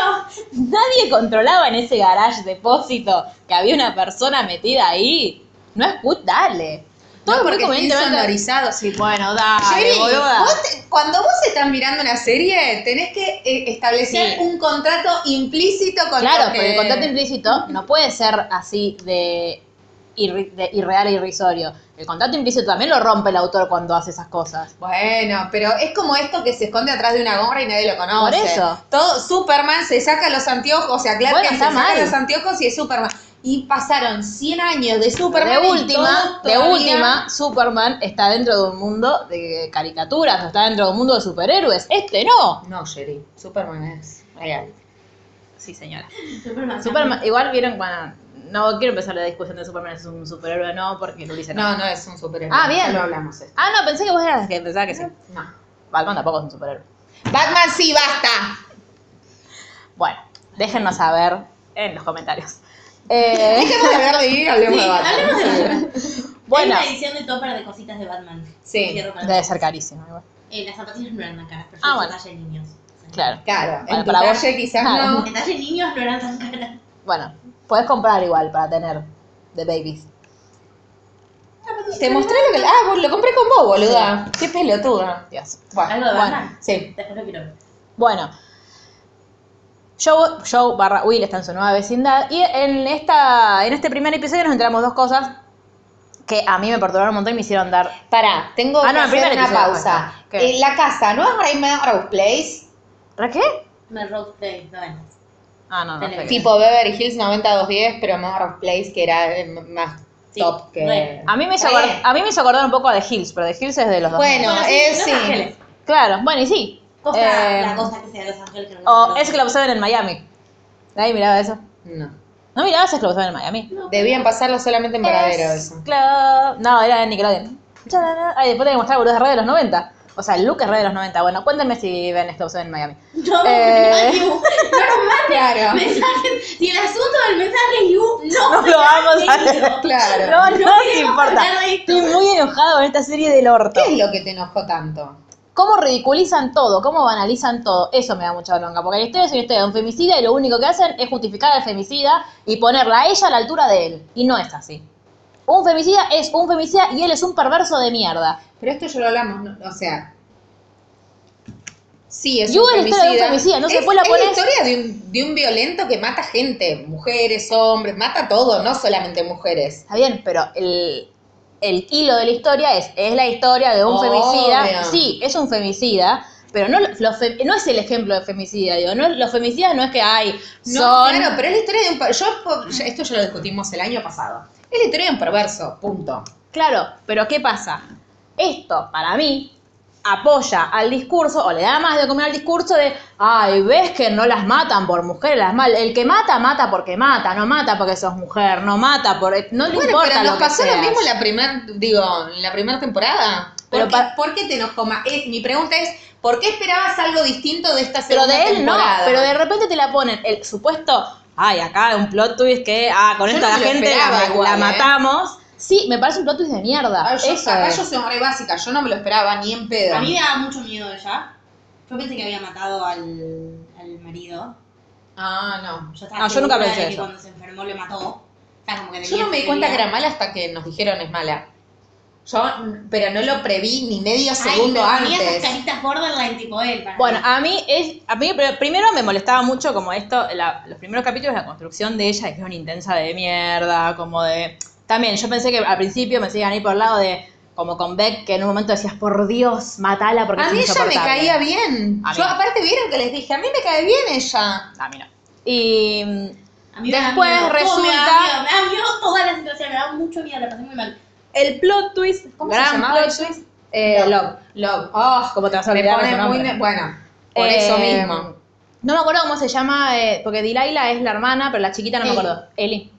Speaker 4: nadie controlaba en ese garage depósito que había una persona metida ahí. No escucha, dale.
Speaker 6: No,
Speaker 4: Todo muy
Speaker 6: porque estoy
Speaker 4: convenientemente.
Speaker 6: sonorizado. Sí,
Speaker 4: Bueno, dale,
Speaker 6: Jerry,
Speaker 4: boluda.
Speaker 6: vos te- cuando vos estás mirando una serie, tenés que eh, establecer
Speaker 5: Sí.
Speaker 6: un contrato implícito con
Speaker 4: Claro,
Speaker 6: lo que-
Speaker 4: pero el contrato implícito no puede ser así de, irri- de irreal e irrisorio. El contrato implícito también lo rompe el autor cuando hace esas cosas.
Speaker 6: Bueno, pero es como esto que se esconde atrás de una gorra y nadie lo conoce.
Speaker 4: Por eso.
Speaker 6: Todo, Superman se saca los anteojos, o sea, claro
Speaker 4: Bueno,
Speaker 6: que se
Speaker 4: está
Speaker 6: saca
Speaker 4: mal.
Speaker 6: los anteojos y es Superman. Y pasaron 100 años de Superman.
Speaker 4: de
Speaker 6: y
Speaker 4: última,
Speaker 6: todos
Speaker 4: de
Speaker 6: todavía-
Speaker 4: última, Superman está dentro de un mundo de caricaturas, está dentro de un mundo de superhéroes. Este no.
Speaker 6: No, Jerry, Superman es real.
Speaker 4: Sí, señora.
Speaker 5: Superman.
Speaker 4: Superman, igual vieron cuando... No quiero empezar la discusión de Superman es un superhéroe o no, porque lo dice no.
Speaker 6: No, no es un superhéroe.
Speaker 4: Ah, bien.
Speaker 6: Ya lo hablamos esto.
Speaker 4: Ah, no, pensé que vos eras la que pensaba que sí.
Speaker 6: No.
Speaker 4: Batman tampoco es un superhéroe.
Speaker 6: Batman sí, basta.
Speaker 4: Bueno, déjennos saber en los comentarios. Eh,
Speaker 6: Dejemos de hablar de Glee y hablemos de
Speaker 5: Sí,
Speaker 6: Batman.
Speaker 5: hablemos de Batman.
Speaker 4: bueno,
Speaker 5: Hay una edición de topper de cositas de Batman.
Speaker 6: Sí.
Speaker 5: Quiero ver.
Speaker 4: debe ser carísimo. igual.
Speaker 5: Eh, las zapatillas no eran tan caras, pero
Speaker 4: Ah,
Speaker 5: ah,
Speaker 4: bueno.
Speaker 5: talle niños. O sea,
Speaker 4: Claro.
Speaker 6: Claro,
Speaker 4: Bueno,
Speaker 6: en tu
Speaker 4: para vos. Ah,
Speaker 6: calle quizás
Speaker 4: Claro.
Speaker 6: no.
Speaker 5: En talle niños no eran tan caras.
Speaker 4: Bueno, podés comprar igual para tener de babies.
Speaker 5: Ah,
Speaker 6: Te mostré lo que. Ah, vos lo compré con vos, boluda. Qué pelotuda.
Speaker 4: Dios.
Speaker 6: Bueno,
Speaker 5: Algo de Batman.
Speaker 6: sí.
Speaker 5: Después lo quiero ver.
Speaker 4: Bueno. Joe, Joe barra Will está en su nueva vecindad y en, esta, en este primer episodio nos enteramos dos cosas que a mí me perturbaron un montón y me hicieron dar...
Speaker 6: Pará, tengo
Speaker 4: Ah,
Speaker 6: que
Speaker 4: no, el
Speaker 6: hacer
Speaker 4: primer
Speaker 6: una
Speaker 4: episodio.
Speaker 6: pausa.
Speaker 4: Ah, ¿qué?
Speaker 6: Eh, la casa, ¿no es Raymond Place?
Speaker 4: ¿Para qué?
Speaker 5: Melrose Place, eh, no bueno.
Speaker 4: Ah, no, no. sé qué.
Speaker 6: Tipo Beverly Hills 90210, pero Melrose Place que era eh, m- más
Speaker 5: Sí,
Speaker 6: top que...
Speaker 5: bueno.
Speaker 4: A mí, me hizo
Speaker 6: Está
Speaker 4: acor-
Speaker 6: bien.
Speaker 4: a mí me hizo acordar un poco a The Hills, pero The Hills es de los dos.
Speaker 6: Bueno,
Speaker 5: Bueno, sí,
Speaker 6: eh,
Speaker 5: Los
Speaker 6: sí.
Speaker 5: Ángeles.
Speaker 4: Claro, bueno, y sí.
Speaker 5: Cosa,
Speaker 4: Eh,
Speaker 5: la cosa que sea de Los Ángeles. Que no
Speaker 4: O
Speaker 5: me
Speaker 4: es que lo usaban en Miami. Nadie miraba eso.
Speaker 6: No.
Speaker 4: ¿No mirabas es que lo usaban en Miami?
Speaker 6: Debían pasarlo solamente en Varadero
Speaker 4: Es
Speaker 6: eso.
Speaker 4: Club. No, era de Nickelodeon. Chadana. Ay, después te voy a mostrar boludo de red de los 90. O sea, el look es red de los 90. Bueno, cuéntenme si ven Club en Miami.
Speaker 5: No,
Speaker 4: Eh.
Speaker 5: no, Yu,
Speaker 6: Claro,
Speaker 5: mensajes. Si el asunto del mensaje es You, no,
Speaker 4: No lo vamos a
Speaker 5: leer.
Speaker 4: leer.
Speaker 6: claro.
Speaker 4: No, no,
Speaker 5: No
Speaker 4: te
Speaker 5: queremos
Speaker 4: importa.
Speaker 5: hablar de esto.
Speaker 4: Estoy muy enojado con esta serie del orto.
Speaker 6: ¿Qué es lo que te enojó tanto?
Speaker 4: Cómo ridiculizan todo, cómo banalizan todo. Eso me da mucha bronca. Porque la historia es una historia de un femicida y lo único que hacen es justificar al femicida y ponerla a ella a la altura de él. Y no es así. Un femicida es un femicida y él es un perverso de mierda.
Speaker 6: Pero esto ya lo hablamos, ¿no? o sea. Sí, es
Speaker 4: Yu
Speaker 6: un
Speaker 4: es la historia de un
Speaker 6: femicida.
Speaker 4: femicida, no se
Speaker 6: es,
Speaker 4: puede la
Speaker 6: es
Speaker 4: poner-
Speaker 6: la historia de un, de un violento que mata gente, mujeres, hombres, mata todo, no solamente mujeres.
Speaker 4: Está bien, pero el, el hilo de la historia es, es la historia de un
Speaker 6: Obvio.
Speaker 4: femicida. Sí, es un femicida, pero no, los fe- no es el ejemplo de femicida, digo. No, los femicidas no es que hay,
Speaker 6: No,
Speaker 4: son...
Speaker 6: claro, pero es la historia de un. per- Yo, po- ya- esto ya lo discutimos el año pasado. Es la historia de un perverso, punto.
Speaker 4: Claro, pero ¿qué pasa? Esto, para mí, apoya al discurso, o le da más de comer al discurso de, ay, ves que no las matan por mujeres, las mal. El que mata, mata porque mata, no mata porque sos mujer, no mata por... No le
Speaker 6: Bueno,
Speaker 4: importa
Speaker 6: pero nos
Speaker 4: lo que
Speaker 6: pasó lo
Speaker 4: seas.
Speaker 6: mismo en la primera, digo, en la primera temporada. ¿Por,
Speaker 4: Pero
Speaker 6: qué,
Speaker 4: pa-
Speaker 6: por qué te enojó más? Es- mi pregunta es, ¿por qué esperabas algo distinto de esta
Speaker 4: Pero
Speaker 6: segunda
Speaker 4: de él
Speaker 6: temporada?
Speaker 4: no, pero de repente te la ponen el supuesto, ay, acá un plot twist que, ah, con
Speaker 6: Yo
Speaker 4: esta
Speaker 6: no me
Speaker 4: la
Speaker 6: lo
Speaker 4: gente la,
Speaker 6: esperaba
Speaker 4: la
Speaker 6: igual, ¿eh?
Speaker 4: matamos. Sí, me parece un plot twist de mierda.
Speaker 6: Ah, yo,
Speaker 4: Eso
Speaker 6: acá
Speaker 4: es.
Speaker 6: yo soy re básica, yo no me lo esperaba ni en pedo.
Speaker 5: A mí me daba mucho miedo ella. Yo pensé que había matado al, al marido.
Speaker 6: Ah, no.
Speaker 5: Yo estaba
Speaker 4: Ah, yo nunca
Speaker 5: segura de
Speaker 4: pensé
Speaker 5: que
Speaker 4: eso.
Speaker 5: cuando se enfermó le mató. O sea, como que
Speaker 6: Yo
Speaker 5: tenía
Speaker 6: no me di cuenta que
Speaker 5: teoría.
Speaker 6: era mala hasta que nos dijeron es mala. Yo, pero no lo preví ni medio
Speaker 5: Ay,
Speaker 6: segundo
Speaker 5: pero ponía
Speaker 6: antes.
Speaker 5: esas caritas borderline tipo él. para
Speaker 4: Bueno,
Speaker 5: mí.
Speaker 4: a mí es. A mí pr- primero me molestaba mucho como esto, la- los primeros capítulos, la construcción de ella, que es una intensa de mierda, como de. También, yo pensé que al principio me seguían ahí por el lado de. Como con Beck, que en un momento decías, por Dios, matala porque
Speaker 6: A
Speaker 4: es
Speaker 6: mí ella me
Speaker 4: insoportable".
Speaker 6: caía bien.
Speaker 4: A mí
Speaker 6: Yo
Speaker 4: no.
Speaker 6: aparte vieron que les dije, a mí me cae bien ella.
Speaker 4: A mí no. Y. mm,
Speaker 5: A mí me da
Speaker 4: Después
Speaker 5: miedo. ¿Cómo Me
Speaker 4: resulta-
Speaker 5: da miedo, me da miedo toda la situación, me da mucho miedo, la pasé muy mal. El plot twist.
Speaker 6: ¿Cómo
Speaker 4: Gran
Speaker 6: se llamaba
Speaker 4: plot
Speaker 6: eso?
Speaker 4: twist. Eh, Love, Love. Oh, cómo te vas a
Speaker 6: ah, Me
Speaker 4: olvidar de
Speaker 6: pone
Speaker 4: ese
Speaker 6: muy...
Speaker 4: nombre.
Speaker 6: ne- Bueno, por eso
Speaker 4: Eh,
Speaker 6: mismo.
Speaker 4: No me acuerdo cómo se llama, eh, porque Dilaila es la hermana, pero la chiquita no
Speaker 6: Eli.
Speaker 4: me acuerdo. Eli.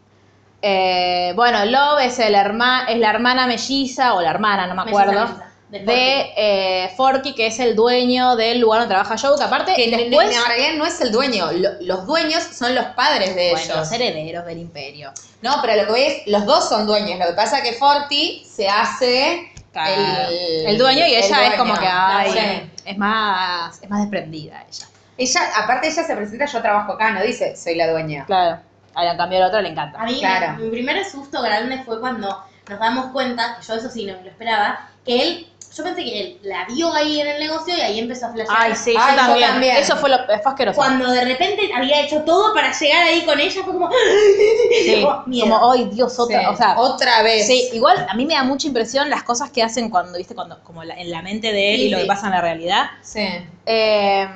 Speaker 4: Eh, bueno, Love es, el herma- es la hermana melliza, o la hermana, no me
Speaker 5: Melliza,
Speaker 4: acuerdo,
Speaker 5: melliza, de Forky.
Speaker 4: de eh, Forky, que es el dueño del lugar donde trabaja Joe, que aparte
Speaker 6: Que en-
Speaker 4: después...
Speaker 6: en realidad no es el dueño, lo- los dueños son los padres de
Speaker 4: Bueno,
Speaker 6: ellos.
Speaker 4: los herederos del imperio.
Speaker 6: No, pero lo que voy es, los dos son dueños. Lo que pasa es que Forti se hace
Speaker 4: Claro.
Speaker 6: el,
Speaker 4: El dueño y
Speaker 6: el
Speaker 4: ella es
Speaker 6: dueño.
Speaker 4: como que, ay,
Speaker 6: Sí.
Speaker 4: es más, es más desprendida ella.
Speaker 6: Ella, aparte ella se presenta, yo trabajo acá, no dice, soy la dueña.
Speaker 4: Claro. A la cambio la otra le encanta.
Speaker 5: A mí,
Speaker 6: Claro.
Speaker 5: mi, mi primer susto grande fue cuando nos damos cuenta, que yo eso sí no me lo esperaba, que él, yo pensé que él la vio ahí en el negocio y ahí empezó a flashear.
Speaker 4: Ay, sí,
Speaker 6: Ay,
Speaker 4: yo,
Speaker 6: yo
Speaker 4: Ah, también.
Speaker 6: también.
Speaker 4: Eso fue lo fue asqueroso.
Speaker 5: Cuando de repente había hecho todo para llegar ahí con ella, fue como...
Speaker 4: Sí,
Speaker 5: Oh, miedo.
Speaker 4: como, ay, Dios, otra,
Speaker 6: Sí.
Speaker 4: o sea,
Speaker 6: otra vez.
Speaker 4: sí, igual a mí me da mucha impresión las cosas que hacen cuando, viste, cuando, como la- en la mente de él
Speaker 5: Sí,
Speaker 4: y lo que
Speaker 5: sí.
Speaker 4: pasa en la realidad.
Speaker 6: Sí.
Speaker 4: Eh,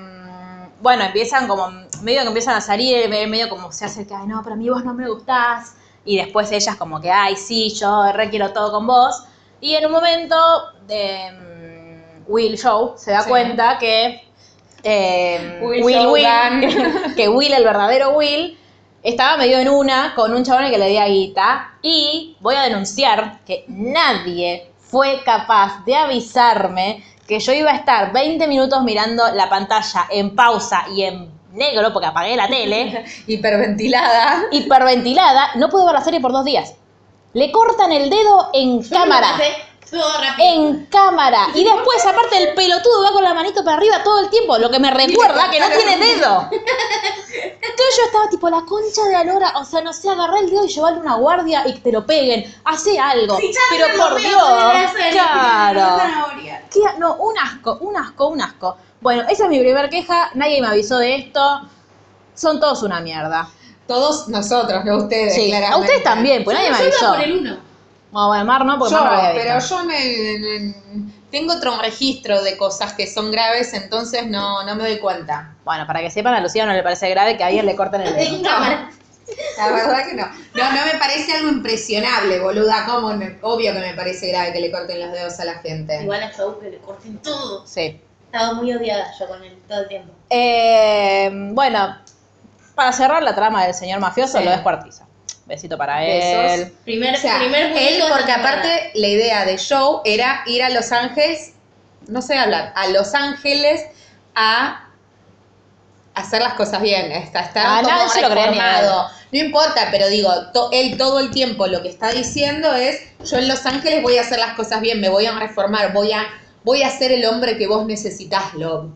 Speaker 4: bueno, empiezan como, medio que empiezan a salir, me- medio como se hace que, ay, no, pero a mí vos no me gustás. Y después ellas como que, ay, sí, yo re quiero todo con vos. Y en un momento, eh, Will Show se da
Speaker 6: Sí.
Speaker 4: cuenta que eh,
Speaker 6: Will
Speaker 4: Will,
Speaker 6: Show
Speaker 4: Will,
Speaker 6: Dan.
Speaker 4: que Will, el verdadero Will, estaba medio en una con un chabón que le día guita. Y voy a denunciar que nadie fue capaz de avisarme que yo iba a estar 20 minutos mirando la pantalla en pausa y en negro, porque apagué la tele,
Speaker 6: Hiperventilada.
Speaker 4: hiperventilada, no pude ver la serie por dos días. Le cortan el dedo en
Speaker 5: Yo me lo
Speaker 4: cámara.
Speaker 5: pasé Todo rápido.
Speaker 4: En cámara. Y después, aparte, el pelotudo va con la manito para arriba todo el tiempo, lo que me recuerda que no tiene dedo. Entonces yo estaba tipo, la concha de la lora, o sea, no sé, agarrar el dedo y llevarle una guardia y que te lo peguen. Hace algo.
Speaker 5: Sí, ya
Speaker 4: Pero
Speaker 5: no lo
Speaker 4: por
Speaker 5: voy a
Speaker 4: Dios.
Speaker 5: poder hacer, no
Speaker 4: Claro.
Speaker 5: me zanahoria.
Speaker 4: Qué a- no, un asco, un asco, un asco. Bueno, esa es mi primera queja, nadie me avisó de esto. Son todos una mierda.
Speaker 6: Todos nosotros, no ustedes,
Speaker 4: Sí, a
Speaker 6: claramente.
Speaker 4: ustedes también, pues nadie me
Speaker 5: yo iba
Speaker 4: avisó.
Speaker 5: por el uno.
Speaker 4: Bueno, bueno, Mar no, porque
Speaker 6: yo,
Speaker 4: Mar no lo había visto.
Speaker 6: pero yo en el- en- en- tengo otro registro de cosas que son graves, entonces no, no me doy cuenta.
Speaker 4: Bueno, para que sepan, a Lucía no le parece grave que a alguien le corten el dedo.
Speaker 5: En cámara.
Speaker 6: La verdad que no. No, no me parece algo impresionable, boluda. Como obvio que me parece grave que le corten los dedos a la gente.
Speaker 5: Igual a Joe que le corten todo.
Speaker 4: Sí.
Speaker 5: Estaba muy odiada yo con él todo el tiempo.
Speaker 4: Eh, bueno, para cerrar la trama del señor mafioso,
Speaker 6: Sí.
Speaker 4: lo descuartiza. Besito para
Speaker 6: Besos.
Speaker 4: él.
Speaker 5: Primer,
Speaker 6: O sea,
Speaker 5: primer
Speaker 6: él,
Speaker 5: muñeco de
Speaker 6: porque
Speaker 5: cámara.
Speaker 6: aparte la idea de show era ir a Los Ángeles, no sé hablar, a Los Ángeles a hacer las cosas bien. Está, está
Speaker 4: Ah,
Speaker 6: como
Speaker 4: nadie se lo cree ni
Speaker 6: reformado. No importa, pero digo, to- él todo el tiempo lo que está diciendo es, yo en Los Ángeles voy a hacer las cosas bien, me voy a reformar, voy a, voy a ser el hombre que vos necesitas, Love.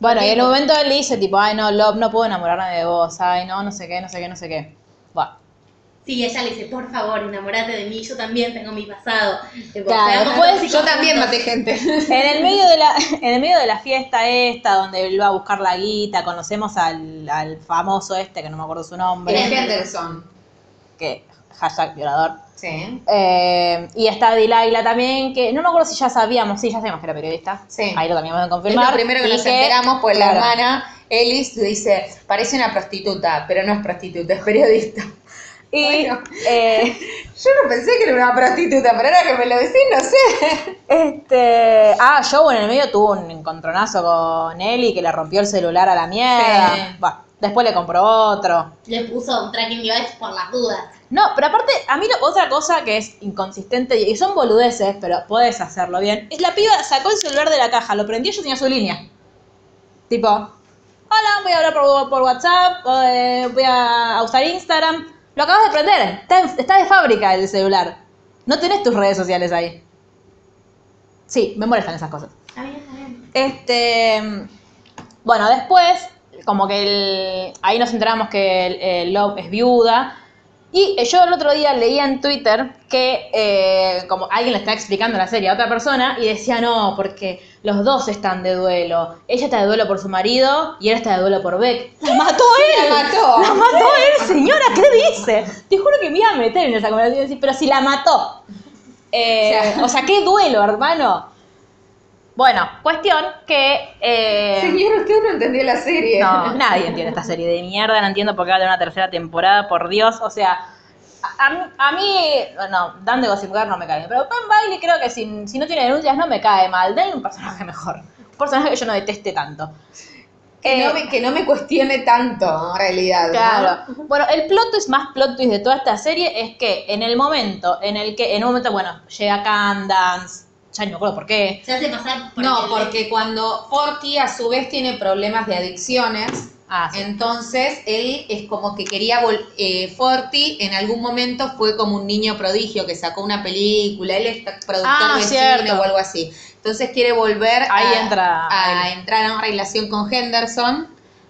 Speaker 4: Bueno, y en
Speaker 6: Lindo.
Speaker 4: un momento él le dice, tipo, ay, no, Love, no puedo enamorarme de vos, ay, no, no sé qué, no sé qué, no sé qué. Bueno,
Speaker 5: Sí, ella le dice, por favor, enamorate de mí, yo también tengo mi pasado. Tipo,
Speaker 4: Claro,
Speaker 5: seamos
Speaker 4: puedes-
Speaker 5: tóxicos
Speaker 6: Yo también
Speaker 5: juntos.
Speaker 6: maté gente.
Speaker 4: en el, medio de la, en el medio de la fiesta esta, donde él va a buscar la guita, conocemos al, al famoso este, que no me acuerdo su nombre,
Speaker 5: Bien.
Speaker 6: El Henderson.
Speaker 4: que hashtag violador.
Speaker 6: Sí.
Speaker 4: Eh, y está Dilaila también, que no me acuerdo si ya sabíamos, sí, ya sabíamos que era periodista.
Speaker 6: Sí.
Speaker 4: Ahí lo también vamos a
Speaker 6: Es
Speaker 4: confirmar.
Speaker 6: lo primero que
Speaker 4: Y
Speaker 6: nos enteramos, pues
Speaker 4: claro.
Speaker 6: la hermana Ellis dice, parece una prostituta, pero no es prostituta, es periodista.
Speaker 4: Y,
Speaker 6: Bueno.
Speaker 4: eh,
Speaker 6: Yo no pensé que era una prostituta, pero ahora que me lo decís, no sé.
Speaker 4: este. Ah, Joe en el medio tuvo un encontronazo con Eli que le rompió el celular a la mierda.
Speaker 6: Sí.
Speaker 4: Bueno, después le compró otro.
Speaker 5: Le puso un tracking device por las dudas.
Speaker 4: No, pero aparte, a mí lo- otra cosa que es inconsistente, y son boludeces, pero podés hacerlo bien, es la piba sacó el celular de la caja, lo prendió y yo tenía su línea. Tipo, hola, voy a hablar por, por WhatsApp, eh, voy a, a usar Instagram. Lo acabas de prender, está, en- está de fábrica el celular. No tenés tus redes sociales ahí. Sí, me molestan esas cosas.
Speaker 5: Está bien, está bien.
Speaker 4: Este, bueno, después, como que el- ahí nos enteramos que el, el Love es viuda. Y eh, yo el otro día leía en Twitter que eh, como alguien le está explicando la serie a otra persona y decía no, porque los dos están de duelo. Ella está de duelo por su marido y él está de duelo por Beck. ¡La mató él!
Speaker 6: La mató.
Speaker 4: ¡La mató él, señora! ¿Qué dice? Te juro que me iba a meter en esa conversación y decir, pero si la mató. Eh, o sea, qué duelo, hermano. Bueno, cuestión que. eh,
Speaker 6: Señor, usted no entendió la serie.
Speaker 4: No, nadie entiende esta serie de mierda, no entiendo por qué va a tener una tercera temporada, por Dios. O sea, a, a mí- a mí, no, Dan de Gossip Girl no me cae bien, pero Ben Bailey creo que si, si no tiene denuncias no me cae mal. Denle un personaje mejor. Un personaje que yo no deteste tanto.
Speaker 6: Que,
Speaker 4: Eh,
Speaker 6: no me, que no me cuestione tanto, en realidad. ¿no?
Speaker 4: Claro. Bueno, el plot twist más plot twist de toda esta serie es que en el momento en el que, en un momento, bueno, llega Candance, ya ni me acuerdo por qué.
Speaker 5: Se hace pasar por
Speaker 6: No,
Speaker 5: el-
Speaker 6: porque cuando Porky a su vez tiene problemas de adicciones,
Speaker 4: Ah, sí.
Speaker 6: entonces él es como que quería vol- eh, Forti en algún momento fue como un niño prodigio que sacó una película, él es productor
Speaker 4: Ah,
Speaker 6: de cine
Speaker 4: cierto.
Speaker 6: o algo así. Entonces quiere volver
Speaker 4: Ahí
Speaker 6: a,
Speaker 4: entra
Speaker 6: a Ah, entrar en una relación con Henderson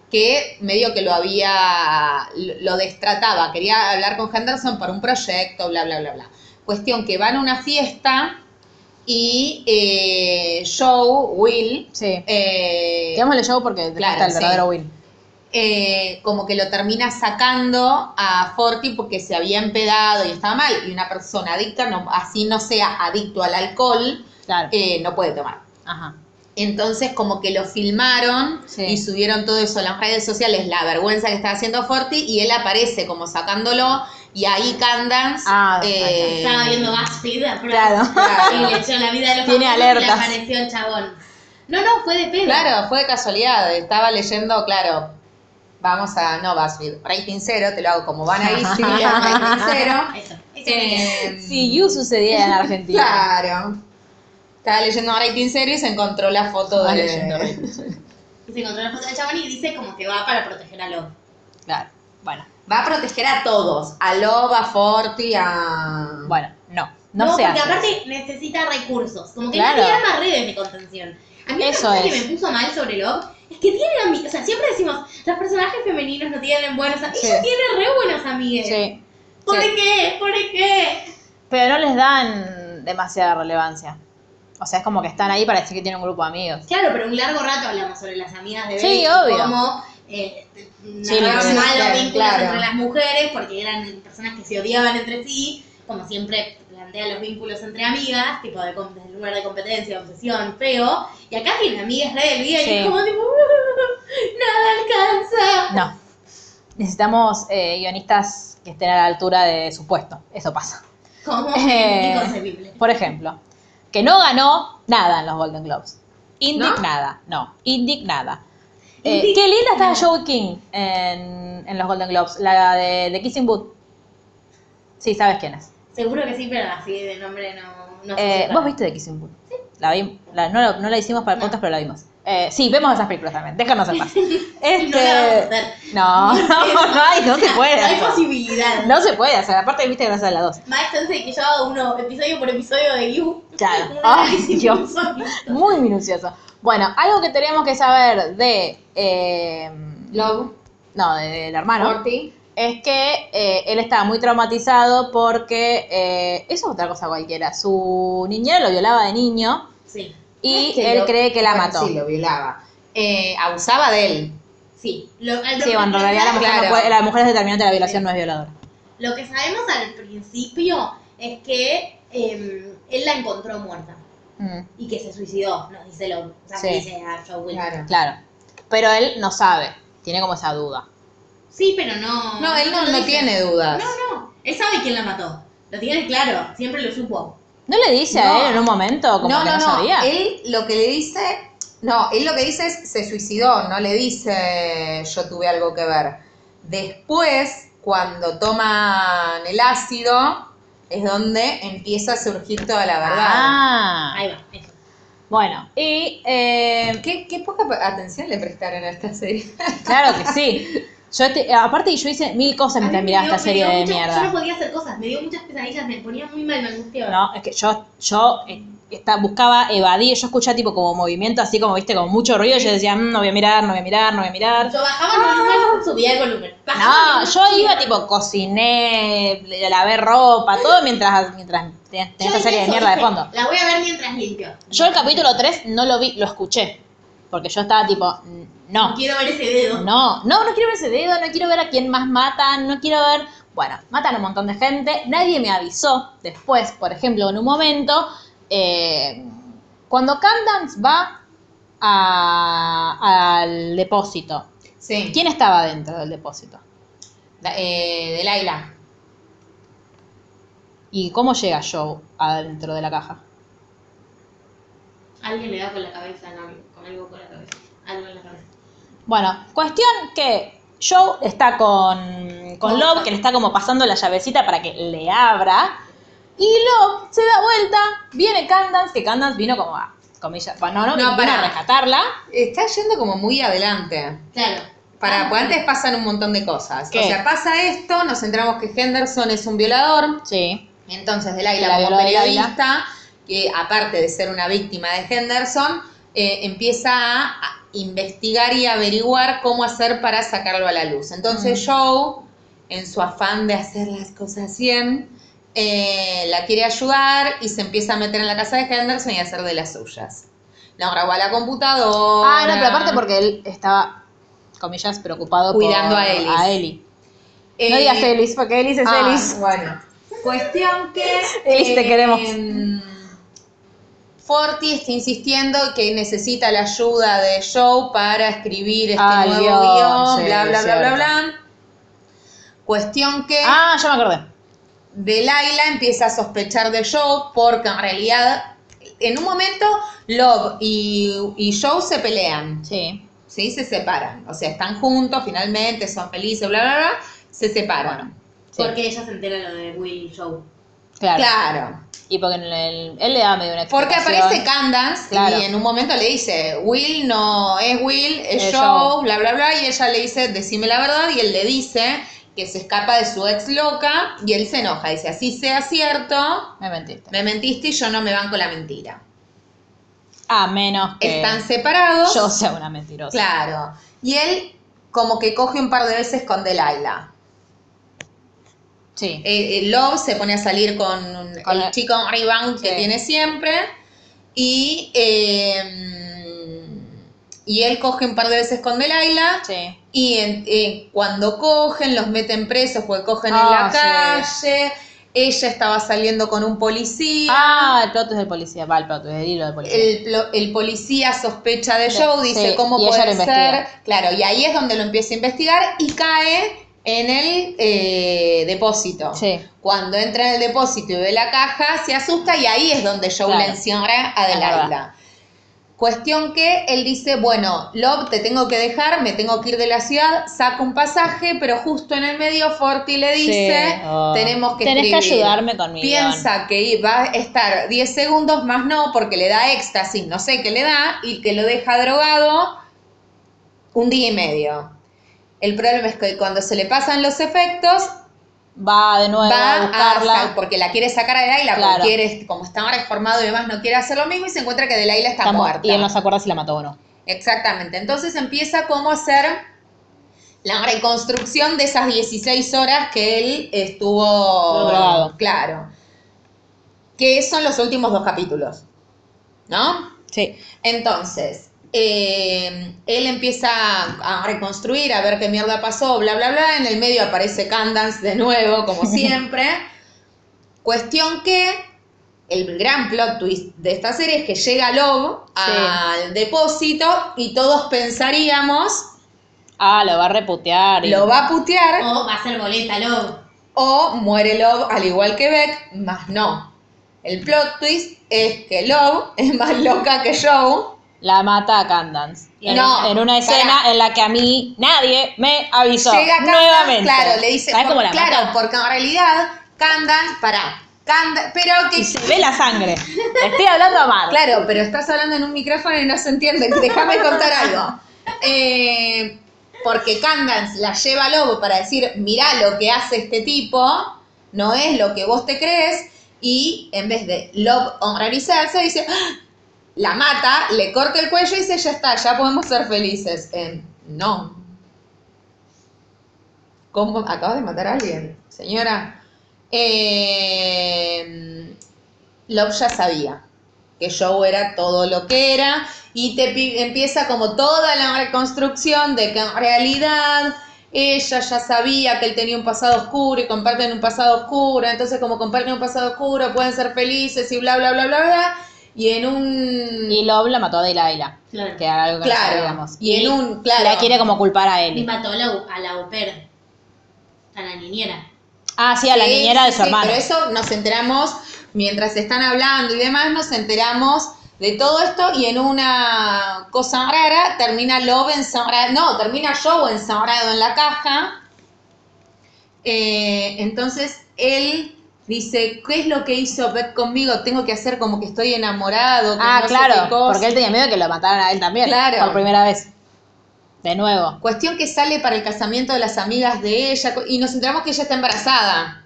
Speaker 6: que medio que lo había lo lo destrataba, quería hablar con Henderson por un proyecto, bla bla bla bla. Cuestión que van a una fiesta y eh, Joe, Will,
Speaker 4: Sí.
Speaker 6: eh,
Speaker 4: Digámosle yo porque después
Speaker 6: claro,
Speaker 4: está el
Speaker 6: sí.
Speaker 4: verdadero Will.
Speaker 6: eh, como que lo termina sacando a Forti porque se había empedado y estaba mal. Y una persona adicta, no, así no sea adicto al alcohol,
Speaker 4: Claro.
Speaker 6: eh, no puede tomar.
Speaker 4: Ajá.
Speaker 6: Entonces como que lo filmaron
Speaker 4: Sí.
Speaker 6: y subieron todo eso a las redes sociales, la vergüenza que estaba haciendo Forti y él aparece como sacándolo y ahí Candance
Speaker 4: Ah, ahí
Speaker 6: eh,
Speaker 5: Estaba viendo BuzzFeed, a prueba.
Speaker 4: Claro.
Speaker 6: Claro.
Speaker 5: Y le echó la vida de
Speaker 4: Tiene
Speaker 5: los famosos Y le
Speaker 4: alertas.
Speaker 5: apareció el chabón. No, no, fue de pedo.
Speaker 6: Claro, fue de casualidad. Estaba leyendo, claro, vamos a, no, BuzzFeed, rating cero, te lo hago como van ahí, sí, rating cero.
Speaker 5: Eso. eso
Speaker 6: Eh,
Speaker 4: Si You sucediera en Argentina.
Speaker 6: Claro. Estaba leyendo rating cero y se encontró la foto
Speaker 4: Estaba
Speaker 6: de...
Speaker 4: leyendo rating
Speaker 5: Y se encontró la foto del chabón y dice como que va para proteger a Love.
Speaker 4: Claro. Bueno,
Speaker 6: Va a proteger a todos, a Loba, a Forti, a...
Speaker 4: bueno, no. No, se hace.
Speaker 5: porque aparte necesita recursos. Como que
Speaker 4: Claro.
Speaker 5: no tiene más redes de contención. A mí
Speaker 4: Eso
Speaker 5: una cosa que
Speaker 4: es.
Speaker 5: me puso mal sobre Love es que tiene amigas. O sea, siempre decimos, los personajes femeninos no tienen buenos amigos.
Speaker 4: Sí.
Speaker 5: Ella tiene re buenas amigas.
Speaker 4: Sí.
Speaker 5: ¿Por
Speaker 4: Sí.
Speaker 5: qué? ¿Por qué?
Speaker 4: Pero no les dan demasiada relevancia. O sea, es como que están ahí para decir que tienen un grupo de amigos.
Speaker 5: Claro, pero un largo rato hablamos sobre las amigas de
Speaker 4: Sí,
Speaker 5: Betty,
Speaker 4: obvio.
Speaker 5: cómo eh,
Speaker 4: Sí,
Speaker 5: narraban
Speaker 4: sí,
Speaker 5: mal los
Speaker 6: claro,
Speaker 5: vínculos
Speaker 6: claro.
Speaker 5: entre las mujeres porque eran personas que se odiaban entre sí, como siempre plantea los vínculos entre amigas, tipo de, com- desde el lugar de competencia, obsesión, feo, y acá tienen amigas re del día y
Speaker 4: Sí.
Speaker 5: es como tipo, nada alcanza.
Speaker 4: No. Necesitamos eh, guionistas que estén a la altura de su puesto. Eso pasa.
Speaker 5: Como
Speaker 4: Eh.
Speaker 5: inconcebible.
Speaker 4: Por ejemplo, que no ganó nada en los Golden Globes. Indignada, no, indignada. Eh,
Speaker 5: Indignada.
Speaker 4: qué linda estaba Joey King en, en los Golden Globes, la de, de Kissing Booth. Sí, sabes quién es.
Speaker 5: Seguro que sí, pero así de nombre no, no
Speaker 4: Eh,
Speaker 5: sé.
Speaker 4: Vos viste de Kissing Booth. La vi- la- no, la- no la hicimos para el
Speaker 5: No.
Speaker 4: podcast, pero la vimos. Eh, sí, vemos esas películas también. Déjanos en paz.
Speaker 5: Y no la vamos a
Speaker 4: Este,
Speaker 5: hacer.
Speaker 4: no, no, no, hay, no se puede.
Speaker 5: No hay
Speaker 4: hacer.
Speaker 5: posibilidad.
Speaker 4: No se puede hacer. Aparte, viste que no sale la dos.
Speaker 5: Más chance de que yo haga uno episodio por episodio de You.
Speaker 4: Claro.
Speaker 5: Un
Speaker 4: Ay,
Speaker 5: análisis
Speaker 4: Dios.
Speaker 5: muy solito.
Speaker 4: Muy minucioso. Bueno, algo que tenemos que saber de. eh,
Speaker 6: Loba,
Speaker 4: no, de- del hermano.
Speaker 6: Forti.
Speaker 4: Es que eh, él estaba muy traumatizado porque. eh, eso es otra cosa cualquiera. Su niñera lo violaba de niño
Speaker 5: Sí,
Speaker 4: y
Speaker 6: Que
Speaker 4: él
Speaker 6: lo-
Speaker 4: cree que la
Speaker 6: bueno,
Speaker 4: mató.
Speaker 6: Sí, lo violaba. Eh, abusaba de él.
Speaker 5: sí. Lo, al-
Speaker 4: Sí,
Speaker 5: lo-
Speaker 4: bueno, en realidad la mujer, no
Speaker 6: Claro.
Speaker 4: puede- la mujer es determinante, la violación no es violadora.
Speaker 5: Lo que sabemos al principio es que eh, él la encontró muerta
Speaker 4: Mm,
Speaker 5: y que se suicidó, nos dice lo o sea,
Speaker 4: Sí.
Speaker 5: dice a Joe Will.
Speaker 6: Claro.
Speaker 4: claro. Pero él no sabe, tiene como esa duda.
Speaker 5: Sí, pero no.
Speaker 6: No, él no,
Speaker 5: lo
Speaker 6: no
Speaker 5: dice.
Speaker 6: tiene dudas.
Speaker 5: No, no. Él sabe quién la mató. Lo tiene claro, siempre lo supo.
Speaker 4: ¿No le dice
Speaker 6: No.
Speaker 4: a él en un momento como que no, sabía?
Speaker 6: Él lo que le dice, no, él lo que dice es se suicidó, no le dice yo tuve algo que ver. Después, cuando toman el ácido, es donde empieza a surgir toda la verdad.
Speaker 4: Ah.
Speaker 5: Ahí va, eso.
Speaker 4: Bueno, y eh,
Speaker 6: ¿Qué, qué poca atención le prestaron a esta serie.
Speaker 4: claro que sí. Yo este- aparte yo hice mil cosas
Speaker 5: A mí
Speaker 4: mientras
Speaker 5: me
Speaker 4: miraba
Speaker 5: dio-
Speaker 4: esta
Speaker 5: me
Speaker 4: serie
Speaker 5: dio
Speaker 4: de
Speaker 5: muchas- Yo no
Speaker 4: mierda.
Speaker 5: podía hacer cosas, me dio muchas pesadillas, me ponía muy mal, me angustiaba.
Speaker 4: No, es que yo, yo eh, esta- buscaba evadir, yo escuchaba tipo como movimiento, así como viste, como mucho ruido, y yo decía, "Mm, no voy a mirar, no voy a mirar, no voy a mirar.
Speaker 5: Yo bajaba el volumen, subía el volumen. Bajaba
Speaker 4: No,
Speaker 5: el
Speaker 4: yo
Speaker 5: volumen,
Speaker 4: iba tipo cociné, lavé ropa, todo mientras, mientras tenía
Speaker 5: Yo
Speaker 4: esta
Speaker 5: dije
Speaker 4: serie de
Speaker 5: eso,
Speaker 4: mierda de
Speaker 5: dije,
Speaker 4: fondo.
Speaker 5: La voy a ver mientras limpio.
Speaker 4: Yo el capítulo 3 no lo vi, lo escuché. Porque yo estaba tipo, no,
Speaker 5: No quiero ver ese dedo.
Speaker 4: no, no, no quiero ver ese dedo, no quiero ver a quién más matan, no quiero ver. Bueno, matan a un montón de gente, nadie me avisó. Después, por ejemplo, en un momento, eh, Cuando Candance va a- al depósito,
Speaker 6: Sí.
Speaker 4: ¿quién estaba dentro del depósito?
Speaker 6: Da- eh, de Laila.
Speaker 4: ¿Y cómo llega Joe adentro de la caja?
Speaker 5: Alguien le da con la cabeza, no, con algo con la cabeza. Algo en la cabeza.
Speaker 4: Bueno, cuestión que Joe está con, con Love, que le está como pasando la llavecita para que le abra. Y Love se da vuelta, viene Candance, que Candance vino como a, comillas, bueno, no,
Speaker 6: No,
Speaker 4: vino
Speaker 6: pará.
Speaker 4: a rescatarla.
Speaker 6: Está yendo como muy adelante.
Speaker 5: Claro.
Speaker 6: Para, pues antes pasan un montón de cosas.
Speaker 4: Ah, ¿Qué?
Speaker 6: O sea, pasa esto, nos enteramos que Henderson es un violador.
Speaker 4: Sí.
Speaker 6: Entonces,
Speaker 4: La
Speaker 6: Delaila, como
Speaker 4: violó Delilah.
Speaker 6: periodista, que aparte de ser una víctima de Henderson, eh, empieza a a investigar y averiguar cómo hacer para sacarlo a la luz.
Speaker 4: Mm.
Speaker 6: Entonces, Joe, en su afán de hacer las cosas bien, eh, la quiere ayudar y se empieza a meter en la casa de Henderson y a hacer de las suyas. La grabó a la computadora.
Speaker 4: Ah, no, pero aparte porque él estaba, comillas, preocupado
Speaker 6: Cuidando
Speaker 4: por,
Speaker 6: a Ellis.
Speaker 4: a Ellie.
Speaker 6: Eh,
Speaker 4: No digas Ellis, porque Ellis es
Speaker 6: ah,
Speaker 4: Ellis.
Speaker 6: Bueno, cuestión que. eh, mm,
Speaker 4: Ellis, te queremos.
Speaker 6: Forti está insistiendo que necesita la ayuda de Joe para escribir este
Speaker 4: Ah, el
Speaker 6: nuevo
Speaker 4: guión,
Speaker 6: guión,
Speaker 4: sí,
Speaker 6: bla, bla, bla, bla,
Speaker 4: cierto.
Speaker 6: bla. Cuestión que
Speaker 4: Ah, yo me acordé.
Speaker 6: Delilah empieza a sospechar de Joe porque en realidad, en un momento, Love y, y Joe se pelean.
Speaker 4: Sí.
Speaker 6: ¿sí? Se separan. O sea, están juntos, finalmente, son felices, bla, bla, bla. Se separan.
Speaker 4: sí,
Speaker 5: Porque ella se entera lo de Will y Joe.
Speaker 4: claro.
Speaker 6: claro.
Speaker 4: Y porque en el- él le da medio una
Speaker 6: Porque
Speaker 4: explicación.
Speaker 6: aparece Candance
Speaker 4: Claro.
Speaker 6: y en un momento le dice, Will no es Will, es
Speaker 4: Es
Speaker 6: Joe,
Speaker 4: Joe.
Speaker 6: bla, bla, bla, y ella le dice, decime la verdad, y él le dice que se escapa de su ex loca, y él se enoja, dice, así sea cierto,
Speaker 4: Me mentiste.
Speaker 6: me mentiste y yo no me banco la mentira.
Speaker 4: A Ah, menos que
Speaker 6: Están separados,
Speaker 4: yo sea una mentirosa.
Speaker 6: claro, y él como que coge un par de veces con Delilah.
Speaker 4: Sí.
Speaker 6: Eh, eh, Love se pone a salir con,
Speaker 4: Con
Speaker 6: el,
Speaker 4: el-
Speaker 6: chico rebound que
Speaker 4: Sí.
Speaker 6: tiene siempre. Y, eh, y él coge un par de veces con Delilah.
Speaker 4: Sí.
Speaker 6: Y en- eh, cuando cogen, los meten presos porque cogen en
Speaker 4: Ah,
Speaker 6: la
Speaker 4: sí.
Speaker 6: calle. Ella estaba saliendo con un policía.
Speaker 4: Ah, el plato es del policía. Va, el plato es del hilo del policía.
Speaker 6: El, plo- el policía sospecha de
Speaker 4: Sí,
Speaker 6: Joe, dice
Speaker 4: sí,
Speaker 6: cómo
Speaker 4: y ella
Speaker 6: puede
Speaker 4: lo
Speaker 6: ser.
Speaker 4: investiga.
Speaker 6: Claro, y ahí es donde lo empieza a investigar y cae en el eh, depósito.
Speaker 4: Sí.
Speaker 6: Cuando entra en el depósito y ve la caja, se asusta y ahí es donde Joe
Speaker 4: Claro.
Speaker 6: le encierra a
Speaker 4: Es verdad.
Speaker 6: Delilah. Cuestión que él dice, bueno, Love, te tengo que dejar, me tengo que ir de la ciudad, saca un pasaje, pero justo en el medio Forti le
Speaker 4: Sí,
Speaker 6: dice,
Speaker 4: oh.
Speaker 6: tenemos que
Speaker 4: Tenés que
Speaker 6: escribir".
Speaker 4: ayudarme con mi
Speaker 6: Piensa que va a estar 10 segundos más no, porque le da éxtasis, no sé qué le da, y que lo deja drogado un día y medio. El problema es que cuando se le pasan los efectos,
Speaker 4: Va de nuevo
Speaker 6: va
Speaker 4: a
Speaker 6: a
Speaker 4: buscarla.
Speaker 6: sa- porque la quiere sacar a Delaila,
Speaker 4: Claro.
Speaker 6: porque quiere, como está reformado y demás, no quiere hacer lo mismo y se encuentra que Delaila está,
Speaker 4: Está mu-
Speaker 6: muerta.
Speaker 4: Y él no se acuerda si la mató o no.
Speaker 6: Exactamente. Entonces empieza como a hacer la reconstrucción de esas 16 horas que él estuvo
Speaker 4: Drogado.
Speaker 6: Claro. Que son los últimos dos capítulos. ¿No?
Speaker 4: Sí.
Speaker 6: Entonces, eh, él empieza a reconstruir, a ver qué mierda pasó, bla, bla, bla. En el medio aparece Candance de nuevo, como siempre. Cuestión que el gran plot twist de esta serie es que llega Love al depósito y todos pensaríamos,
Speaker 4: Ah, lo va a reputear. y-
Speaker 6: lo va a putear
Speaker 5: O va a ser boleta, Love.
Speaker 6: o muere Love al igual que Beck, más no. El plot twist es que Love es más loca que Joe.
Speaker 4: La mata a Candance. En,
Speaker 6: No,
Speaker 4: en una escena en la que a mí nadie me avisó.
Speaker 6: Llega Candance,
Speaker 4: nuevamente.
Speaker 6: claro, le dice,
Speaker 4: ¿Sabes
Speaker 6: por-
Speaker 4: cómo la
Speaker 6: claro,
Speaker 4: mata?
Speaker 6: porque en realidad Candance, pará, Candance, pero que...
Speaker 4: Y se ve la sangre. Le estoy hablando a Mar.
Speaker 6: Claro, pero estás hablando en un micrófono y no se entiende, déjame contar algo. Eh, porque Candance la lleva a Lobo para decir, mirá lo que hace este tipo, no es lo que vos te crees, y en vez de Love honrarizarse, dice, "Ah", la mata, le corta el cuello y dice, ya está, ya podemos ser felices. Eh, no. ¿Cómo? Acabas de matar a alguien, señora. Eh, Love ya sabía que Joe era todo lo que era y te pi- empieza como toda la reconstrucción de que en realidad ella ya sabía que él tenía un pasado oscuro y comparten un pasado oscuro, entonces como comparten un pasado oscuro pueden ser felices y bla, bla, bla, bla, bla. y en un...
Speaker 4: Y Love la mató a Delilah.
Speaker 5: Claro.
Speaker 4: Que era algo que no
Speaker 6: Claro,
Speaker 4: sabíamos.
Speaker 6: y en un- claro.
Speaker 4: La quiere como culpar a
Speaker 5: Y
Speaker 4: él.
Speaker 5: mató a la, a la au pair, a la niñera.
Speaker 4: Ah, sí, a la
Speaker 6: Sí,
Speaker 4: niñera de
Speaker 6: sí,
Speaker 4: su
Speaker 6: sí,
Speaker 4: hermano.
Speaker 6: Pero eso nos enteramos, mientras están hablando y demás, nos enteramos de todo esto y en una cosa rara termina Love encerrado, no, termina Joe encerrado en la caja. Eh, entonces él dice, ¿qué es lo que hizo Beth conmigo? Tengo que hacer como que estoy enamorado. que
Speaker 4: Ah,
Speaker 6: no sé qué
Speaker 4: claro,
Speaker 6: cosa".
Speaker 4: porque él tenía miedo de que lo mataran a él también.
Speaker 6: Claro.
Speaker 4: Por primera vez. De nuevo.
Speaker 6: Cuestión que sale para el casamiento de las amigas de ella y nos enteramos que ella está embarazada.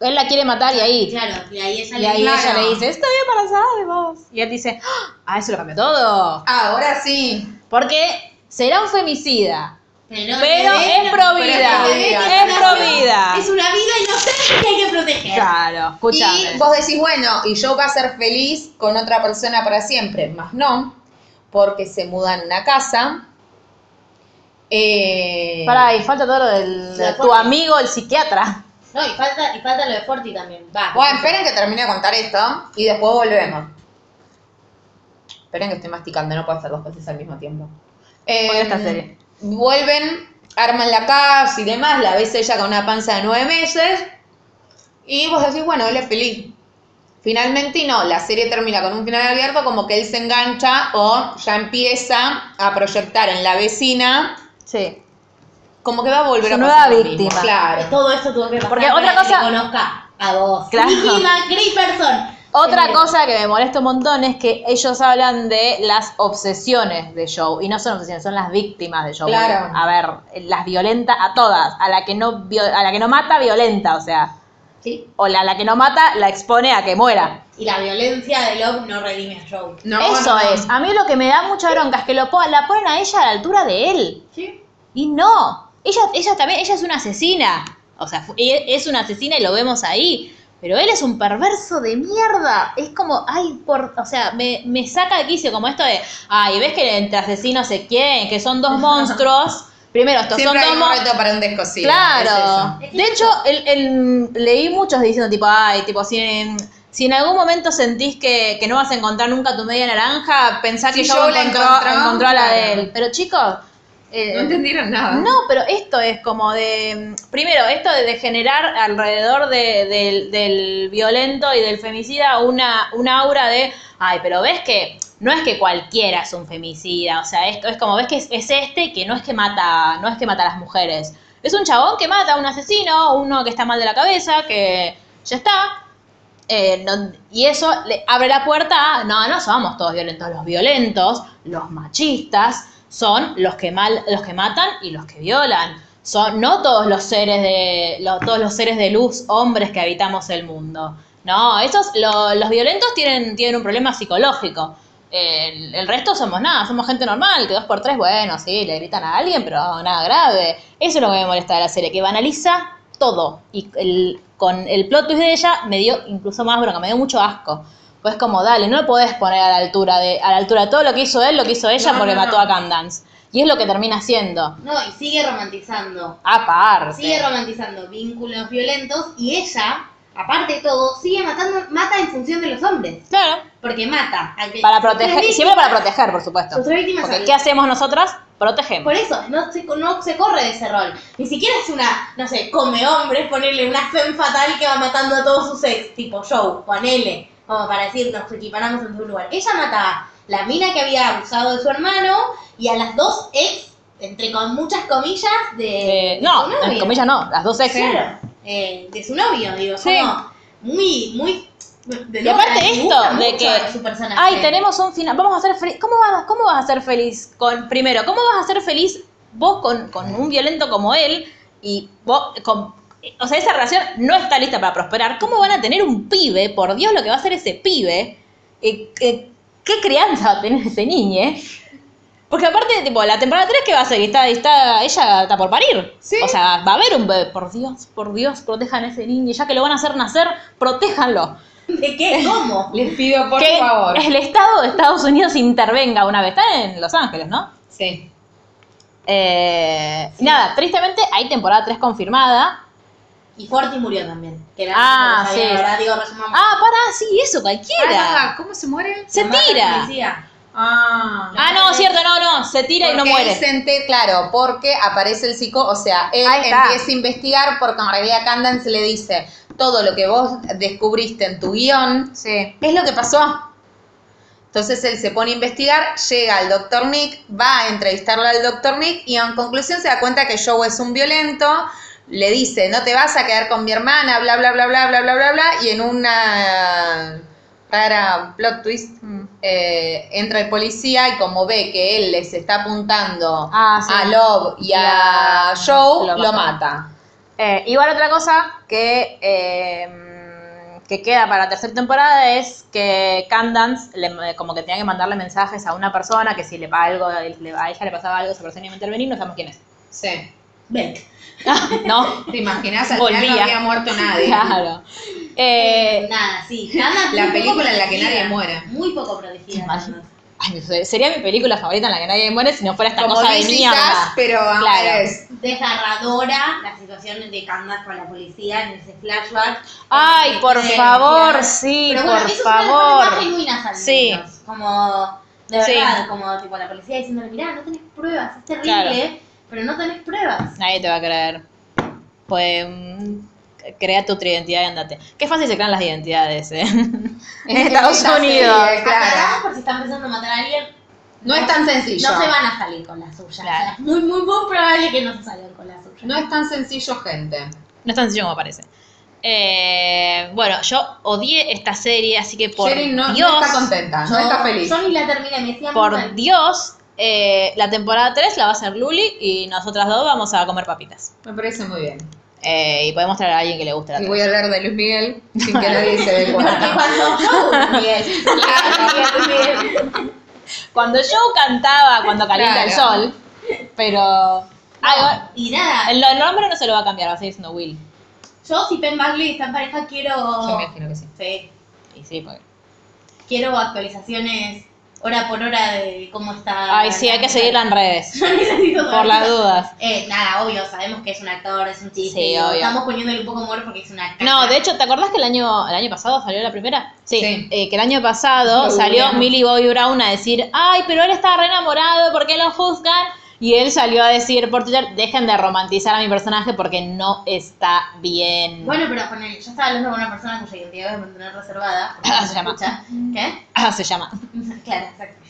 Speaker 4: Él la quiere matar y ahí.
Speaker 5: Claro, y ahí ella
Speaker 4: Y ahí
Speaker 6: Claro.
Speaker 4: ella le dice, estoy embarazada de vos. Y él dice, ah, eso lo cambió todo.
Speaker 6: Ahora sí.
Speaker 4: Porque será un femicida,
Speaker 5: Pero,
Speaker 4: pero es pro vida.
Speaker 6: pero es
Speaker 4: Es pro vida.
Speaker 5: Es una vida inocente que hay que proteger.
Speaker 4: Claro, escúchame.
Speaker 6: Y vos decís, bueno, y yo va a ser feliz con otra persona para siempre. Más no, porque se mudan a una casa. Eh,
Speaker 4: Pará, y falta todo lo del
Speaker 5: La
Speaker 4: tu
Speaker 5: forma.
Speaker 4: amigo, el psiquiatra.
Speaker 5: No, y falta, y falta lo de Forti también. Va.
Speaker 6: Bueno, esperen que termine de contar esto y después volvemos. Esperen que estoy masticando, no puedo hacer dos cosas al mismo tiempo. Eh,
Speaker 4: Bueno, esta serie.
Speaker 6: Vuelven, arman la casa y demás, la ves ella con una panza de nueve meses y vos decís, bueno, él es feliz. Finalmente, y no, la serie termina con un final abierto como que él se engancha o ya empieza a proyectar en la vecina
Speaker 4: Sí.
Speaker 6: como que va a volver
Speaker 4: Su
Speaker 6: a
Speaker 4: nueva
Speaker 6: pasar lo mismo,
Speaker 4: víctima.
Speaker 6: Claro.
Speaker 5: Todo esto tuvo que pasar
Speaker 4: Porque
Speaker 5: para
Speaker 4: otra
Speaker 5: que
Speaker 4: cosa-
Speaker 5: te conozca a vos.
Speaker 4: Claro.
Speaker 5: Nicky McCree person.
Speaker 4: Otra
Speaker 5: Eh,
Speaker 4: cosa que me molesta un montón es que ellos hablan de las obsesiones de Joe. Y no son obsesiones, son las víctimas de Joe.
Speaker 6: Claro.
Speaker 4: A ver, las violenta a todas. A la que no, vio- a la que no mata, violenta. O sea,
Speaker 5: Sí.
Speaker 4: o la, la que no mata, la expone a que muera.
Speaker 5: Y la violencia de Love no redime a Joe.
Speaker 6: No,
Speaker 4: Eso
Speaker 6: no.
Speaker 4: es. A mí lo que me da mucha bronca es que lo pon- la ponen a ella a la altura de él.
Speaker 5: Sí.
Speaker 4: Y no. Ella, ella también, ella es una asesina. O sea, fu- e- es una asesina y lo vemos ahí. Pero él es un perverso de mierda. Es como, ay, por, o sea, me, me saca de quicio como esto de, ay, ves que entre asesinos se quieren, que son dos monstruos. Primero, estos
Speaker 6: Siempre
Speaker 4: son dos
Speaker 6: hay un
Speaker 4: monstruos.
Speaker 6: reto para un descosido.
Speaker 4: Claro.
Speaker 5: es eso.
Speaker 4: de hecho, el- el- leí muchos diciendo, tipo, ay, tipo, si en, si en algún momento sentís que, que no vas a encontrar nunca tu media naranja, pensá que
Speaker 6: Si
Speaker 4: yo,
Speaker 6: yo la
Speaker 4: encontró,
Speaker 6: encontró,
Speaker 4: encontró a la
Speaker 6: claro.
Speaker 4: de él. Pero chicos, eh,
Speaker 6: No entendieron nada.
Speaker 4: no, pero esto es como de, mm, primero, esto de, de generar alrededor de- del- del violento y del femicida una, una aura de, ay, pero ves que no es que cualquiera es un femicida, o sea, esto es como, ves que es, es este que no es que mata, no es que mata a las mujeres, es un chabón que mata a un asesino, uno que está mal de la cabeza, que ya está. eh, no- y eso le abre la puerta a, no, no somos todos violentos, los violentos, los machistas, son los que, mal, los que matan y los que violan. Son no todos los seres de lo- todos los seres de luz hombres que habitamos el mundo. No, esos lo- los violentos tienen, tienen un problema psicológico. El, el resto somos nada, somos gente normal, que dos por tres, bueno, sí, le gritan a alguien, pero nada grave. Eso es lo que me molesta de la serie, que banaliza todo. Y el- con el plot twist de ella me dio incluso más bronca, me dio mucho asco. Pues como, dale, no lo podés poner a la altura de, a la altura de todo lo que hizo él, lo que hizo ella,
Speaker 6: No,
Speaker 4: porque
Speaker 6: no,
Speaker 4: mató
Speaker 6: no.
Speaker 4: a Candance. Y es lo que termina siendo.
Speaker 5: No, y sigue romantizando.
Speaker 4: Aparte.
Speaker 5: Sigue romantizando vínculos violentos y ella, aparte de todo, sigue matando, mata en función de los hombres.
Speaker 4: Claro.
Speaker 5: Porque mata al que-
Speaker 4: Para
Speaker 5: sus tres
Speaker 4: proteger,
Speaker 5: víctimas-
Speaker 4: siempre para proteger, por supuesto.
Speaker 5: sus tres víctimas
Speaker 4: Porque
Speaker 5: al-
Speaker 4: ¿qué hacemos nosotras? Protegemos.
Speaker 5: Por eso, no se, no se corre de ese rol. Ni siquiera es una, no sé, come hombres, ponerle una femme fatal que va matando a todos sus ex, tipo show, ponele, como para decir, nos equiparamos en un lugar. Ella mataba la mina que había abusado de su hermano y a las dos ex, entre con muchas comillas,
Speaker 4: Eh,
Speaker 5: de, de
Speaker 4: no,
Speaker 5: su novio.
Speaker 4: en comillas no, las dos ex.
Speaker 5: Claro, eh, de su novio, digo,
Speaker 4: Sí.
Speaker 5: como muy, muy... de
Speaker 4: Y
Speaker 5: nuevo,
Speaker 4: aparte
Speaker 5: me
Speaker 4: esto
Speaker 5: gusta
Speaker 4: de
Speaker 5: mucho
Speaker 4: que,
Speaker 5: su personaje.
Speaker 4: Ay, tenemos un final. Vamos a ser feliz. ¿Cómo vas, ¿Cómo vas a ser feliz con. Primero, ¿cómo vas a ser feliz vos con, con un violento como él? Y vos. Con, o sea, esa relación no está lista para prosperar. ¿Cómo van a tener un pibe? Por Dios, lo que va a hacer ese pibe. Eh, eh, ¿Qué crianza va a tener ese niño? eh. Porque aparte, tipo, la temporada 3 que va a ser, está, está, ella está por parir.
Speaker 6: Sí.
Speaker 4: O sea, va a haber un bebé. Por Dios, por Dios, protejan a ese niño. Ya que lo van a hacer nacer, protéjanlo
Speaker 5: ¿De qué? ¿Cómo?
Speaker 6: Les pido por
Speaker 4: que
Speaker 6: favor.
Speaker 4: el Estado de Estados Unidos intervenga una vez. Están en Los Ángeles, ¿no?
Speaker 6: Sí.
Speaker 4: Eh, Nada, tristemente hay temporada 3 confirmada.
Speaker 5: Y Forti murió también. Que era
Speaker 4: Ah,
Speaker 5: no sabía,
Speaker 4: sí.
Speaker 5: la ¿verdad? Digo, resumamos.
Speaker 4: Ah, pará, sí, eso, cualquiera.
Speaker 6: Ah, ¿Cómo se muere?
Speaker 4: se
Speaker 5: Mamá
Speaker 4: tira.
Speaker 5: policía.
Speaker 6: Ah.
Speaker 4: Ah, no, cierto, no, no. Se tira y no
Speaker 6: Porque
Speaker 4: muere.
Speaker 6: él se enter- claro, porque aparece el psico, o sea, él
Speaker 4: Ahí está.
Speaker 6: empieza a investigar porque en realidad Candance le dice todo lo que vos descubriste en tu guión
Speaker 4: Sí.
Speaker 6: es lo que pasó. Entonces él se pone a investigar, llega al doctor Nick, va a entrevistarlo al doctor Nick y en conclusión se da cuenta que Joe es un violento, le dice, no te vas a quedar con mi hermana, bla, bla, bla, bla, bla, bla, bla, bla, y en una rara plot twist
Speaker 4: Mm.
Speaker 6: eh, entra el policía y como ve que él les está apuntando
Speaker 4: Ah, sí.
Speaker 6: a Love y
Speaker 4: La-
Speaker 6: a Joe,
Speaker 4: lo
Speaker 6: lo,
Speaker 4: mata.
Speaker 6: mata.
Speaker 4: Eh, igual otra cosa que, eh, que queda para la tercera temporada es que Candance le- eh, como que tenía que mandarle mensajes a una persona que si le va algo, le- a ella le pasaba algo, esa persona iba a intervenir, no sabemos quién es.
Speaker 6: Sí.
Speaker 5: Beck.
Speaker 4: no,
Speaker 6: ¿Te imaginas? Al final no
Speaker 4: Volvía.
Speaker 6: había muerto nadie.
Speaker 4: claro.
Speaker 5: Eh,
Speaker 4: Eh,
Speaker 5: nada, sí. Nada,
Speaker 6: La
Speaker 5: muy poco
Speaker 6: película en la que
Speaker 5: protegida.
Speaker 6: nadie muere.
Speaker 5: Muy poco protegida.
Speaker 4: Imagina-
Speaker 5: nada más.
Speaker 4: ay, no sé, sería mi película favorita en la que nadie muere si no fuera esta
Speaker 6: Como
Speaker 4: cosa de
Speaker 6: Luis y Sass,
Speaker 4: mierda.
Speaker 6: pero a
Speaker 4: Claro.
Speaker 6: veces.
Speaker 5: Desgarradora la situación de Candace con la policía en ese flashback.
Speaker 4: Ay, por
Speaker 5: Sí,
Speaker 4: favor,
Speaker 5: claro.
Speaker 4: sí,
Speaker 5: Pero bueno,
Speaker 4: por
Speaker 5: eso
Speaker 4: favor.
Speaker 5: Es una de las cosas más genuinas al
Speaker 4: Sí.
Speaker 5: menos. Como, de
Speaker 4: Sí.
Speaker 5: verdad, como tipo la policía diciéndole, mirá, no tenés pruebas, es terrible,
Speaker 4: Claro.
Speaker 5: pero no tenés pruebas.
Speaker 4: Nadie te va a creer. Pues mm, crea tu otra identidad y andate. Qué fácil se crean las identidades, ¿eh? En Estados
Speaker 6: esta serie,
Speaker 4: Unidos.
Speaker 6: claro.
Speaker 5: Aclaramos por si están pensando en matar a alguien,
Speaker 6: No es tan sencillo.
Speaker 5: no se van a salir con la suya.
Speaker 4: Claro.
Speaker 5: O sea, es muy, muy, muy probable que no se salgan con la suya.
Speaker 6: No es tan sencillo, gente.
Speaker 4: No es tan sencillo como parece. Eh, bueno, yo odié esta serie, así que por
Speaker 6: Sherry no, no
Speaker 4: Dios,
Speaker 6: está contenta, no está feliz.
Speaker 5: Yo ni la terminé, me decían,
Speaker 4: por Dios, eh, la temporada 3 la va a hacer Luli y nosotras dos vamos a comer papitas.
Speaker 6: Me parece muy bien.
Speaker 4: Eh, y podemos traer a alguien que le guste la
Speaker 6: Y
Speaker 4: temporada.
Speaker 6: voy a hablar de Luis Miguel sin que nadie se dé
Speaker 5: porque
Speaker 6: cuenta.
Speaker 5: cuando yo, Miguel,
Speaker 4: Cuando yo cantaba, cuando calienta
Speaker 6: Claro.
Speaker 4: el sol, pero... Ay,
Speaker 5: y nada,
Speaker 4: el nombre no se lo va a cambiar, va a seguir siendo Will.
Speaker 5: yo si Pen Bagley está en pareja, quiero...
Speaker 6: Yo me imagino que sí.
Speaker 5: Sí.
Speaker 4: Y sí, porque...
Speaker 5: quiero actualizaciones hora por hora de cómo está.
Speaker 4: Ay, sí, hay que seguirla en redes,
Speaker 5: Yo necesito saber.
Speaker 4: por las dudas.
Speaker 5: Eh, nada, obvio, sabemos que es un actor, es un chiste.
Speaker 4: Sí, obvio.
Speaker 5: Estamos poniéndole un poco humor porque es una. caca.
Speaker 4: No, de hecho, ¿te acordás que el año, el año pasado salió la primera? Sí.
Speaker 6: Sí.
Speaker 4: eh, que el año pasado
Speaker 6: Lo
Speaker 4: salió
Speaker 6: googleamos.
Speaker 4: Millie Bobby Brown a decir, ay, pero él está re enamorado, ¿por qué lo juzgan? Y él salió a decir por Twitter, dejen de romantizar a mi personaje porque no está bien.
Speaker 5: Bueno, pero con él, yo estaba hablando con una persona cuya identidad voy a mantener reservada. porque
Speaker 4: Ah,
Speaker 5: no
Speaker 4: se llama.
Speaker 5: escucha. ¿Qué?
Speaker 4: Ah, se llama.
Speaker 5: Claro, exacto.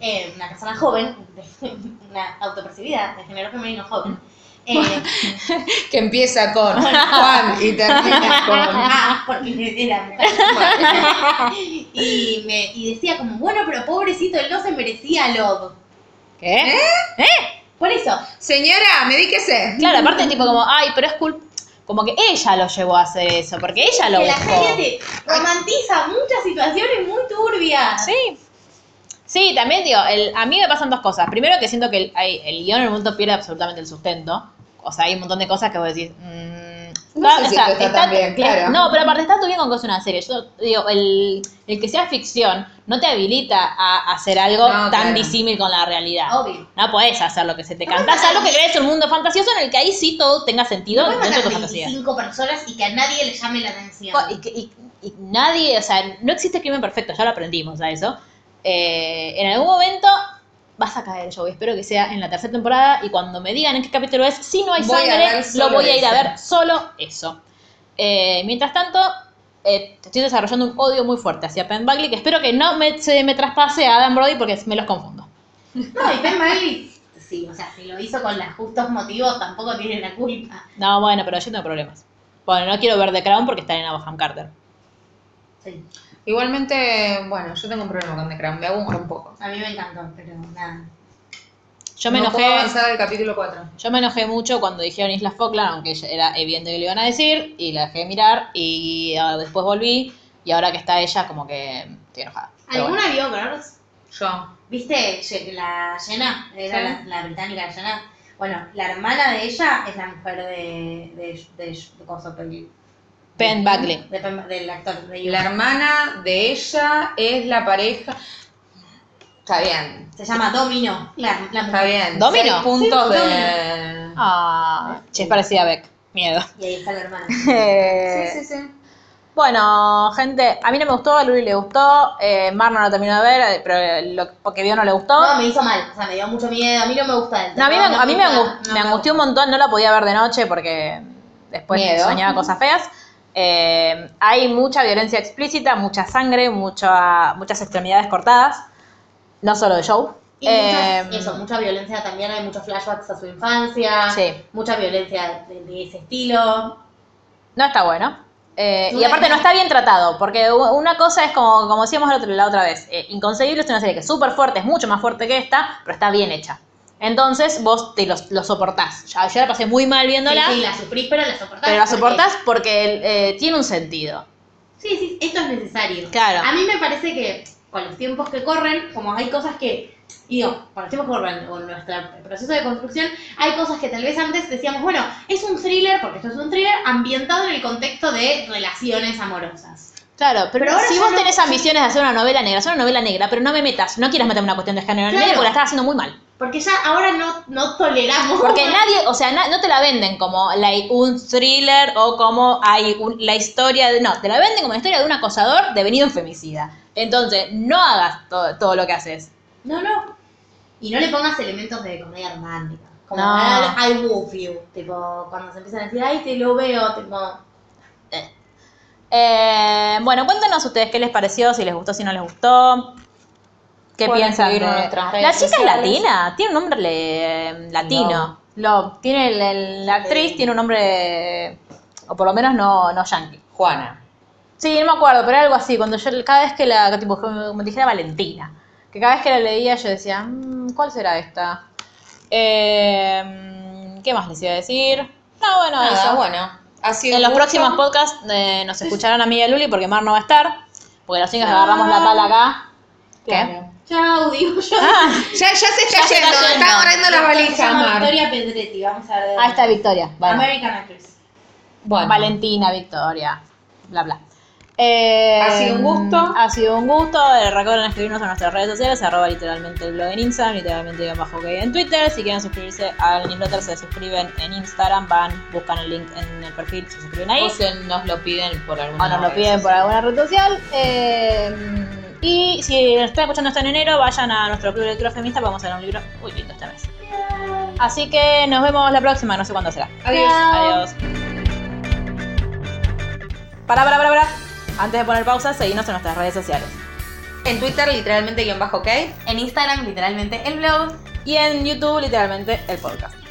Speaker 5: Eh, una persona joven, una autopercibida de género femenino joven. Eh,
Speaker 6: Que empieza con Juan y termina con.
Speaker 5: Ah, porque era mujer. y, me, y decía como, bueno, pero pobrecito, él no se merecía Love.
Speaker 4: ¿Qué?
Speaker 6: ¿Eh?
Speaker 5: Por eso,
Speaker 6: Señora, medíquese.
Speaker 4: Claro, aparte tipo como, ay, pero es culpa... Como que ella lo llevó a hacer eso, porque ella lo
Speaker 5: que la
Speaker 4: buscó.
Speaker 5: serie te romantiza muchas situaciones muy turbias.
Speaker 4: Sí. Sí, también digo, el- a mí me pasan dos cosas. Primero que siento que el, ay, el guión en el mundo pierde absolutamente el sustento. O sea, hay un montón de cosas que vos decís... mm,
Speaker 6: No sé si esto está tan bien, claro.
Speaker 4: No, pero aparte está todo bien con que es una serie. Yo digo, el, el que sea ficción no te habilita a hacer algo tan
Speaker 6: No, claro. Oh.
Speaker 4: disímil con la realidad.
Speaker 5: Obvio.
Speaker 4: No podés hacer lo que se te canta. Haz algo que crees un mundo fantasioso en el que ahí sí todo tenga sentido
Speaker 5: No puedes
Speaker 4: dentro de
Speaker 5: matar
Speaker 4: tu fantasía.
Speaker 5: 25 personas y que a nadie le llame la atención.
Speaker 4: Y, que- y- y nadie, o sea, no existe crimen perfecto, ya lo aprendimos a eso. Eh, en algún momento vas a caer, yo espero que sea en la tercera temporada y cuando me digan en qué capítulo es, si no hay
Speaker 6: Voy a
Speaker 4: sangre,
Speaker 6: ver solo
Speaker 4: lo voy a ir a
Speaker 6: ese.
Speaker 4: ver solo eso. Eh, mientras tanto, eh, estoy desarrollando un odio muy fuerte hacia Penn Bagley, que espero que no me, se me traspase a Adam Brody porque me los confundo.
Speaker 5: No, y Ben Bailey, sí, o sea, si lo hizo con los justos motivos, tampoco tiene la culpa.
Speaker 4: No, bueno, pero yo tengo problemas. Bueno, no quiero ver The Crown porque está en Abraham Carter.
Speaker 5: Sí,
Speaker 6: Igualmente, bueno, yo tengo un problema con The Crown, me aburro un poco.
Speaker 5: a mí me encantó, pero nada.
Speaker 4: Yo me
Speaker 6: no
Speaker 4: enojé.
Speaker 6: puedo avanzar al capítulo 4.
Speaker 4: Yo me enojé mucho cuando dijeron Isla Falkland, aunque ya era evidente que lo iban a decir, y la dejé de mirar, y ah, después volví, y ahora que está ella, como que estoy enojada. Pero bueno.
Speaker 5: ¿Alguna vio Girls?
Speaker 6: Yo.
Speaker 5: ¿Viste Ye- la Jenna? Era
Speaker 6: Sí.
Speaker 5: la, la británica Jenna. Bueno, la hermana de ella es la mujer de. de. de. de coso, de-
Speaker 4: Penn Buckley.
Speaker 5: de Penn- del actor. De
Speaker 6: La hermana de ella es la pareja. Está bien.
Speaker 5: Se llama Domino. La, la
Speaker 6: Está
Speaker 5: mujer.
Speaker 6: bien.
Speaker 4: Domino.
Speaker 6: Seis puntos
Speaker 5: Sí,
Speaker 6: de.
Speaker 4: Ah, che, es parecida a Beck. Miedo.
Speaker 5: Y ahí está la hermana.
Speaker 4: Eh,
Speaker 6: Sí, sí, sí.
Speaker 4: Bueno, gente, a mí no me gustó, a Luli le gustó, eh, Mar no lo terminó de ver, eh, pero lo, porque vio no le gustó.
Speaker 5: No, me hizo mal. O sea, me dio mucho miedo. A mí no me gusta el
Speaker 4: No, a mí,
Speaker 5: terror,
Speaker 4: me,
Speaker 5: no
Speaker 4: a mí me
Speaker 5: gusta,
Speaker 4: angu- me
Speaker 5: no me
Speaker 4: angustió un montón, no la podía ver de noche porque después
Speaker 6: Miedo.
Speaker 4: soñaba cosas feas. Eh, hay mucha violencia explícita, mucha sangre, mucha, muchas extremidades cortadas, no solo de show.
Speaker 5: Y muchas-
Speaker 4: Eh,
Speaker 5: eso, mucha violencia también, hay muchos flashbacks a su infancia,
Speaker 4: Sí.
Speaker 5: mucha violencia de, de ese estilo.
Speaker 4: No está bueno. Eh, y
Speaker 5: Bueno.
Speaker 4: aparte no está bien tratado, porque u- una cosa es como, como decíamos la otra, la otra vez, eh, Inconcebible es una serie que es súper fuerte, es mucho más fuerte que esta, pero está bien hecha. Entonces vos te los- lo, soportás. Ya, yo la pasé muy mal
Speaker 5: Sí,
Speaker 4: viéndola,
Speaker 5: sí, la sufrís, pero la soportás.
Speaker 4: pero la
Speaker 5: porque-
Speaker 4: soportás porque eh, tiene un sentido.
Speaker 5: Sí, sí, esto es necesario.
Speaker 4: Claro.
Speaker 5: A mí me parece que con los tiempos que corren, como hay cosas que, y digo, con los tiempos que corren, con nuestro proceso de construcción, hay cosas que tal vez antes decíamos, bueno, es un thriller, porque esto es un thriller ambientado en el contexto de relaciones amorosas.
Speaker 4: Claro, pero,
Speaker 5: Pero ahora
Speaker 4: si
Speaker 5: ya
Speaker 4: vos
Speaker 5: no-
Speaker 4: tenés ambiciones de hacer una novela negra, hacer una novela negra, pero no me metas, no quieras meter una cuestión de género en el
Speaker 5: Claro.
Speaker 4: medio porque la estás haciendo muy mal.
Speaker 5: Porque ya ahora no, no toleramos.
Speaker 4: Porque nadie, o sea, na- no te la venden como la- un thriller o como hay un- la historia de. No, te la venden como la historia de un acosador devenido en femicida. Entonces, no hagas to- todo lo que haces.
Speaker 5: No, no. Y no le pongas elementos de comedia romántica. Como
Speaker 4: No.
Speaker 5: ah, I love you. Tipo, cuando se empiezan a decir, ay, te lo veo, tipo.
Speaker 4: Eh, bueno, cuéntenos ustedes qué les pareció, si les gustó, si no les gustó. ¿Qué
Speaker 6: Pueden
Speaker 4: piensan?
Speaker 6: seguirnos en
Speaker 4: de-
Speaker 6: nuestras
Speaker 4: La
Speaker 6: redes
Speaker 4: chica es
Speaker 6: sociales.
Speaker 4: latina, tiene un nombre eh, latino. Lo, tiene el- el- la actriz tiene un nombre, o por lo menos no, no yankee.
Speaker 6: Juana.
Speaker 4: Sí, no me acuerdo, pero era algo así. Cuando yo, cada vez que la, tipo, como dijera Valentina, que cada vez que la leía yo decía, "Mm, ¿cuál será esta? Eh, ¿Qué más les iba a decir? No, bueno,
Speaker 6: Nada,
Speaker 4: eso.
Speaker 6: bueno. Ha sido
Speaker 4: En los
Speaker 6: un gusto.
Speaker 4: próximos podcasts eh, nos escucharán a mí y a Luli porque Mar no va a estar, porque los chicos agarramos la pala acá. ¿Qué?
Speaker 6: Claro.
Speaker 5: Chao, digo yo.
Speaker 4: Ah,
Speaker 6: Ya, ya se está
Speaker 4: Ya se está
Speaker 6: yendo, está
Speaker 4: yendo.
Speaker 6: abriendo las
Speaker 5: Se
Speaker 6: valijas,
Speaker 5: llama
Speaker 6: Mar.
Speaker 5: Victoria Pedretti, vamos a ver. de
Speaker 4: Ahí está
Speaker 5: dónde.
Speaker 4: Victoria. Bueno.
Speaker 5: American Actress.
Speaker 6: Bueno,
Speaker 4: Valentina, Victoria, bla, bla. Eh,
Speaker 6: Ha sido un gusto.
Speaker 4: Ha sido un gusto. Eh, Recuerden escribirnos a nuestras redes sociales, arroba literalmente el blog en Instagram, literalmente guión bajo que en Twitter. Si quieren suscribirse al newsletter, se suscriben en Instagram, van, buscan el link en el perfil, se suscriben ahí.
Speaker 6: o se nos lo piden por alguna
Speaker 4: O nos lo
Speaker 6: red
Speaker 4: piden por
Speaker 6: social.
Speaker 4: alguna red social. Eh, y si nos están escuchando hasta en enero, vayan a nuestro club de lectura feminista, vamos a hacer un libro muy lindo este mes. Así que nos vemos la próxima, no sé cuándo será.
Speaker 6: Adiós.
Speaker 4: Adiós. Para, para, para, para. Antes de poner pausa, seguimos en nuestras redes sociales.
Speaker 6: En Twitter, literalmente guión bajo, ¿ok?
Speaker 5: En Instagram, literalmente, el blog.
Speaker 4: Y en YouTube, literalmente, el podcast.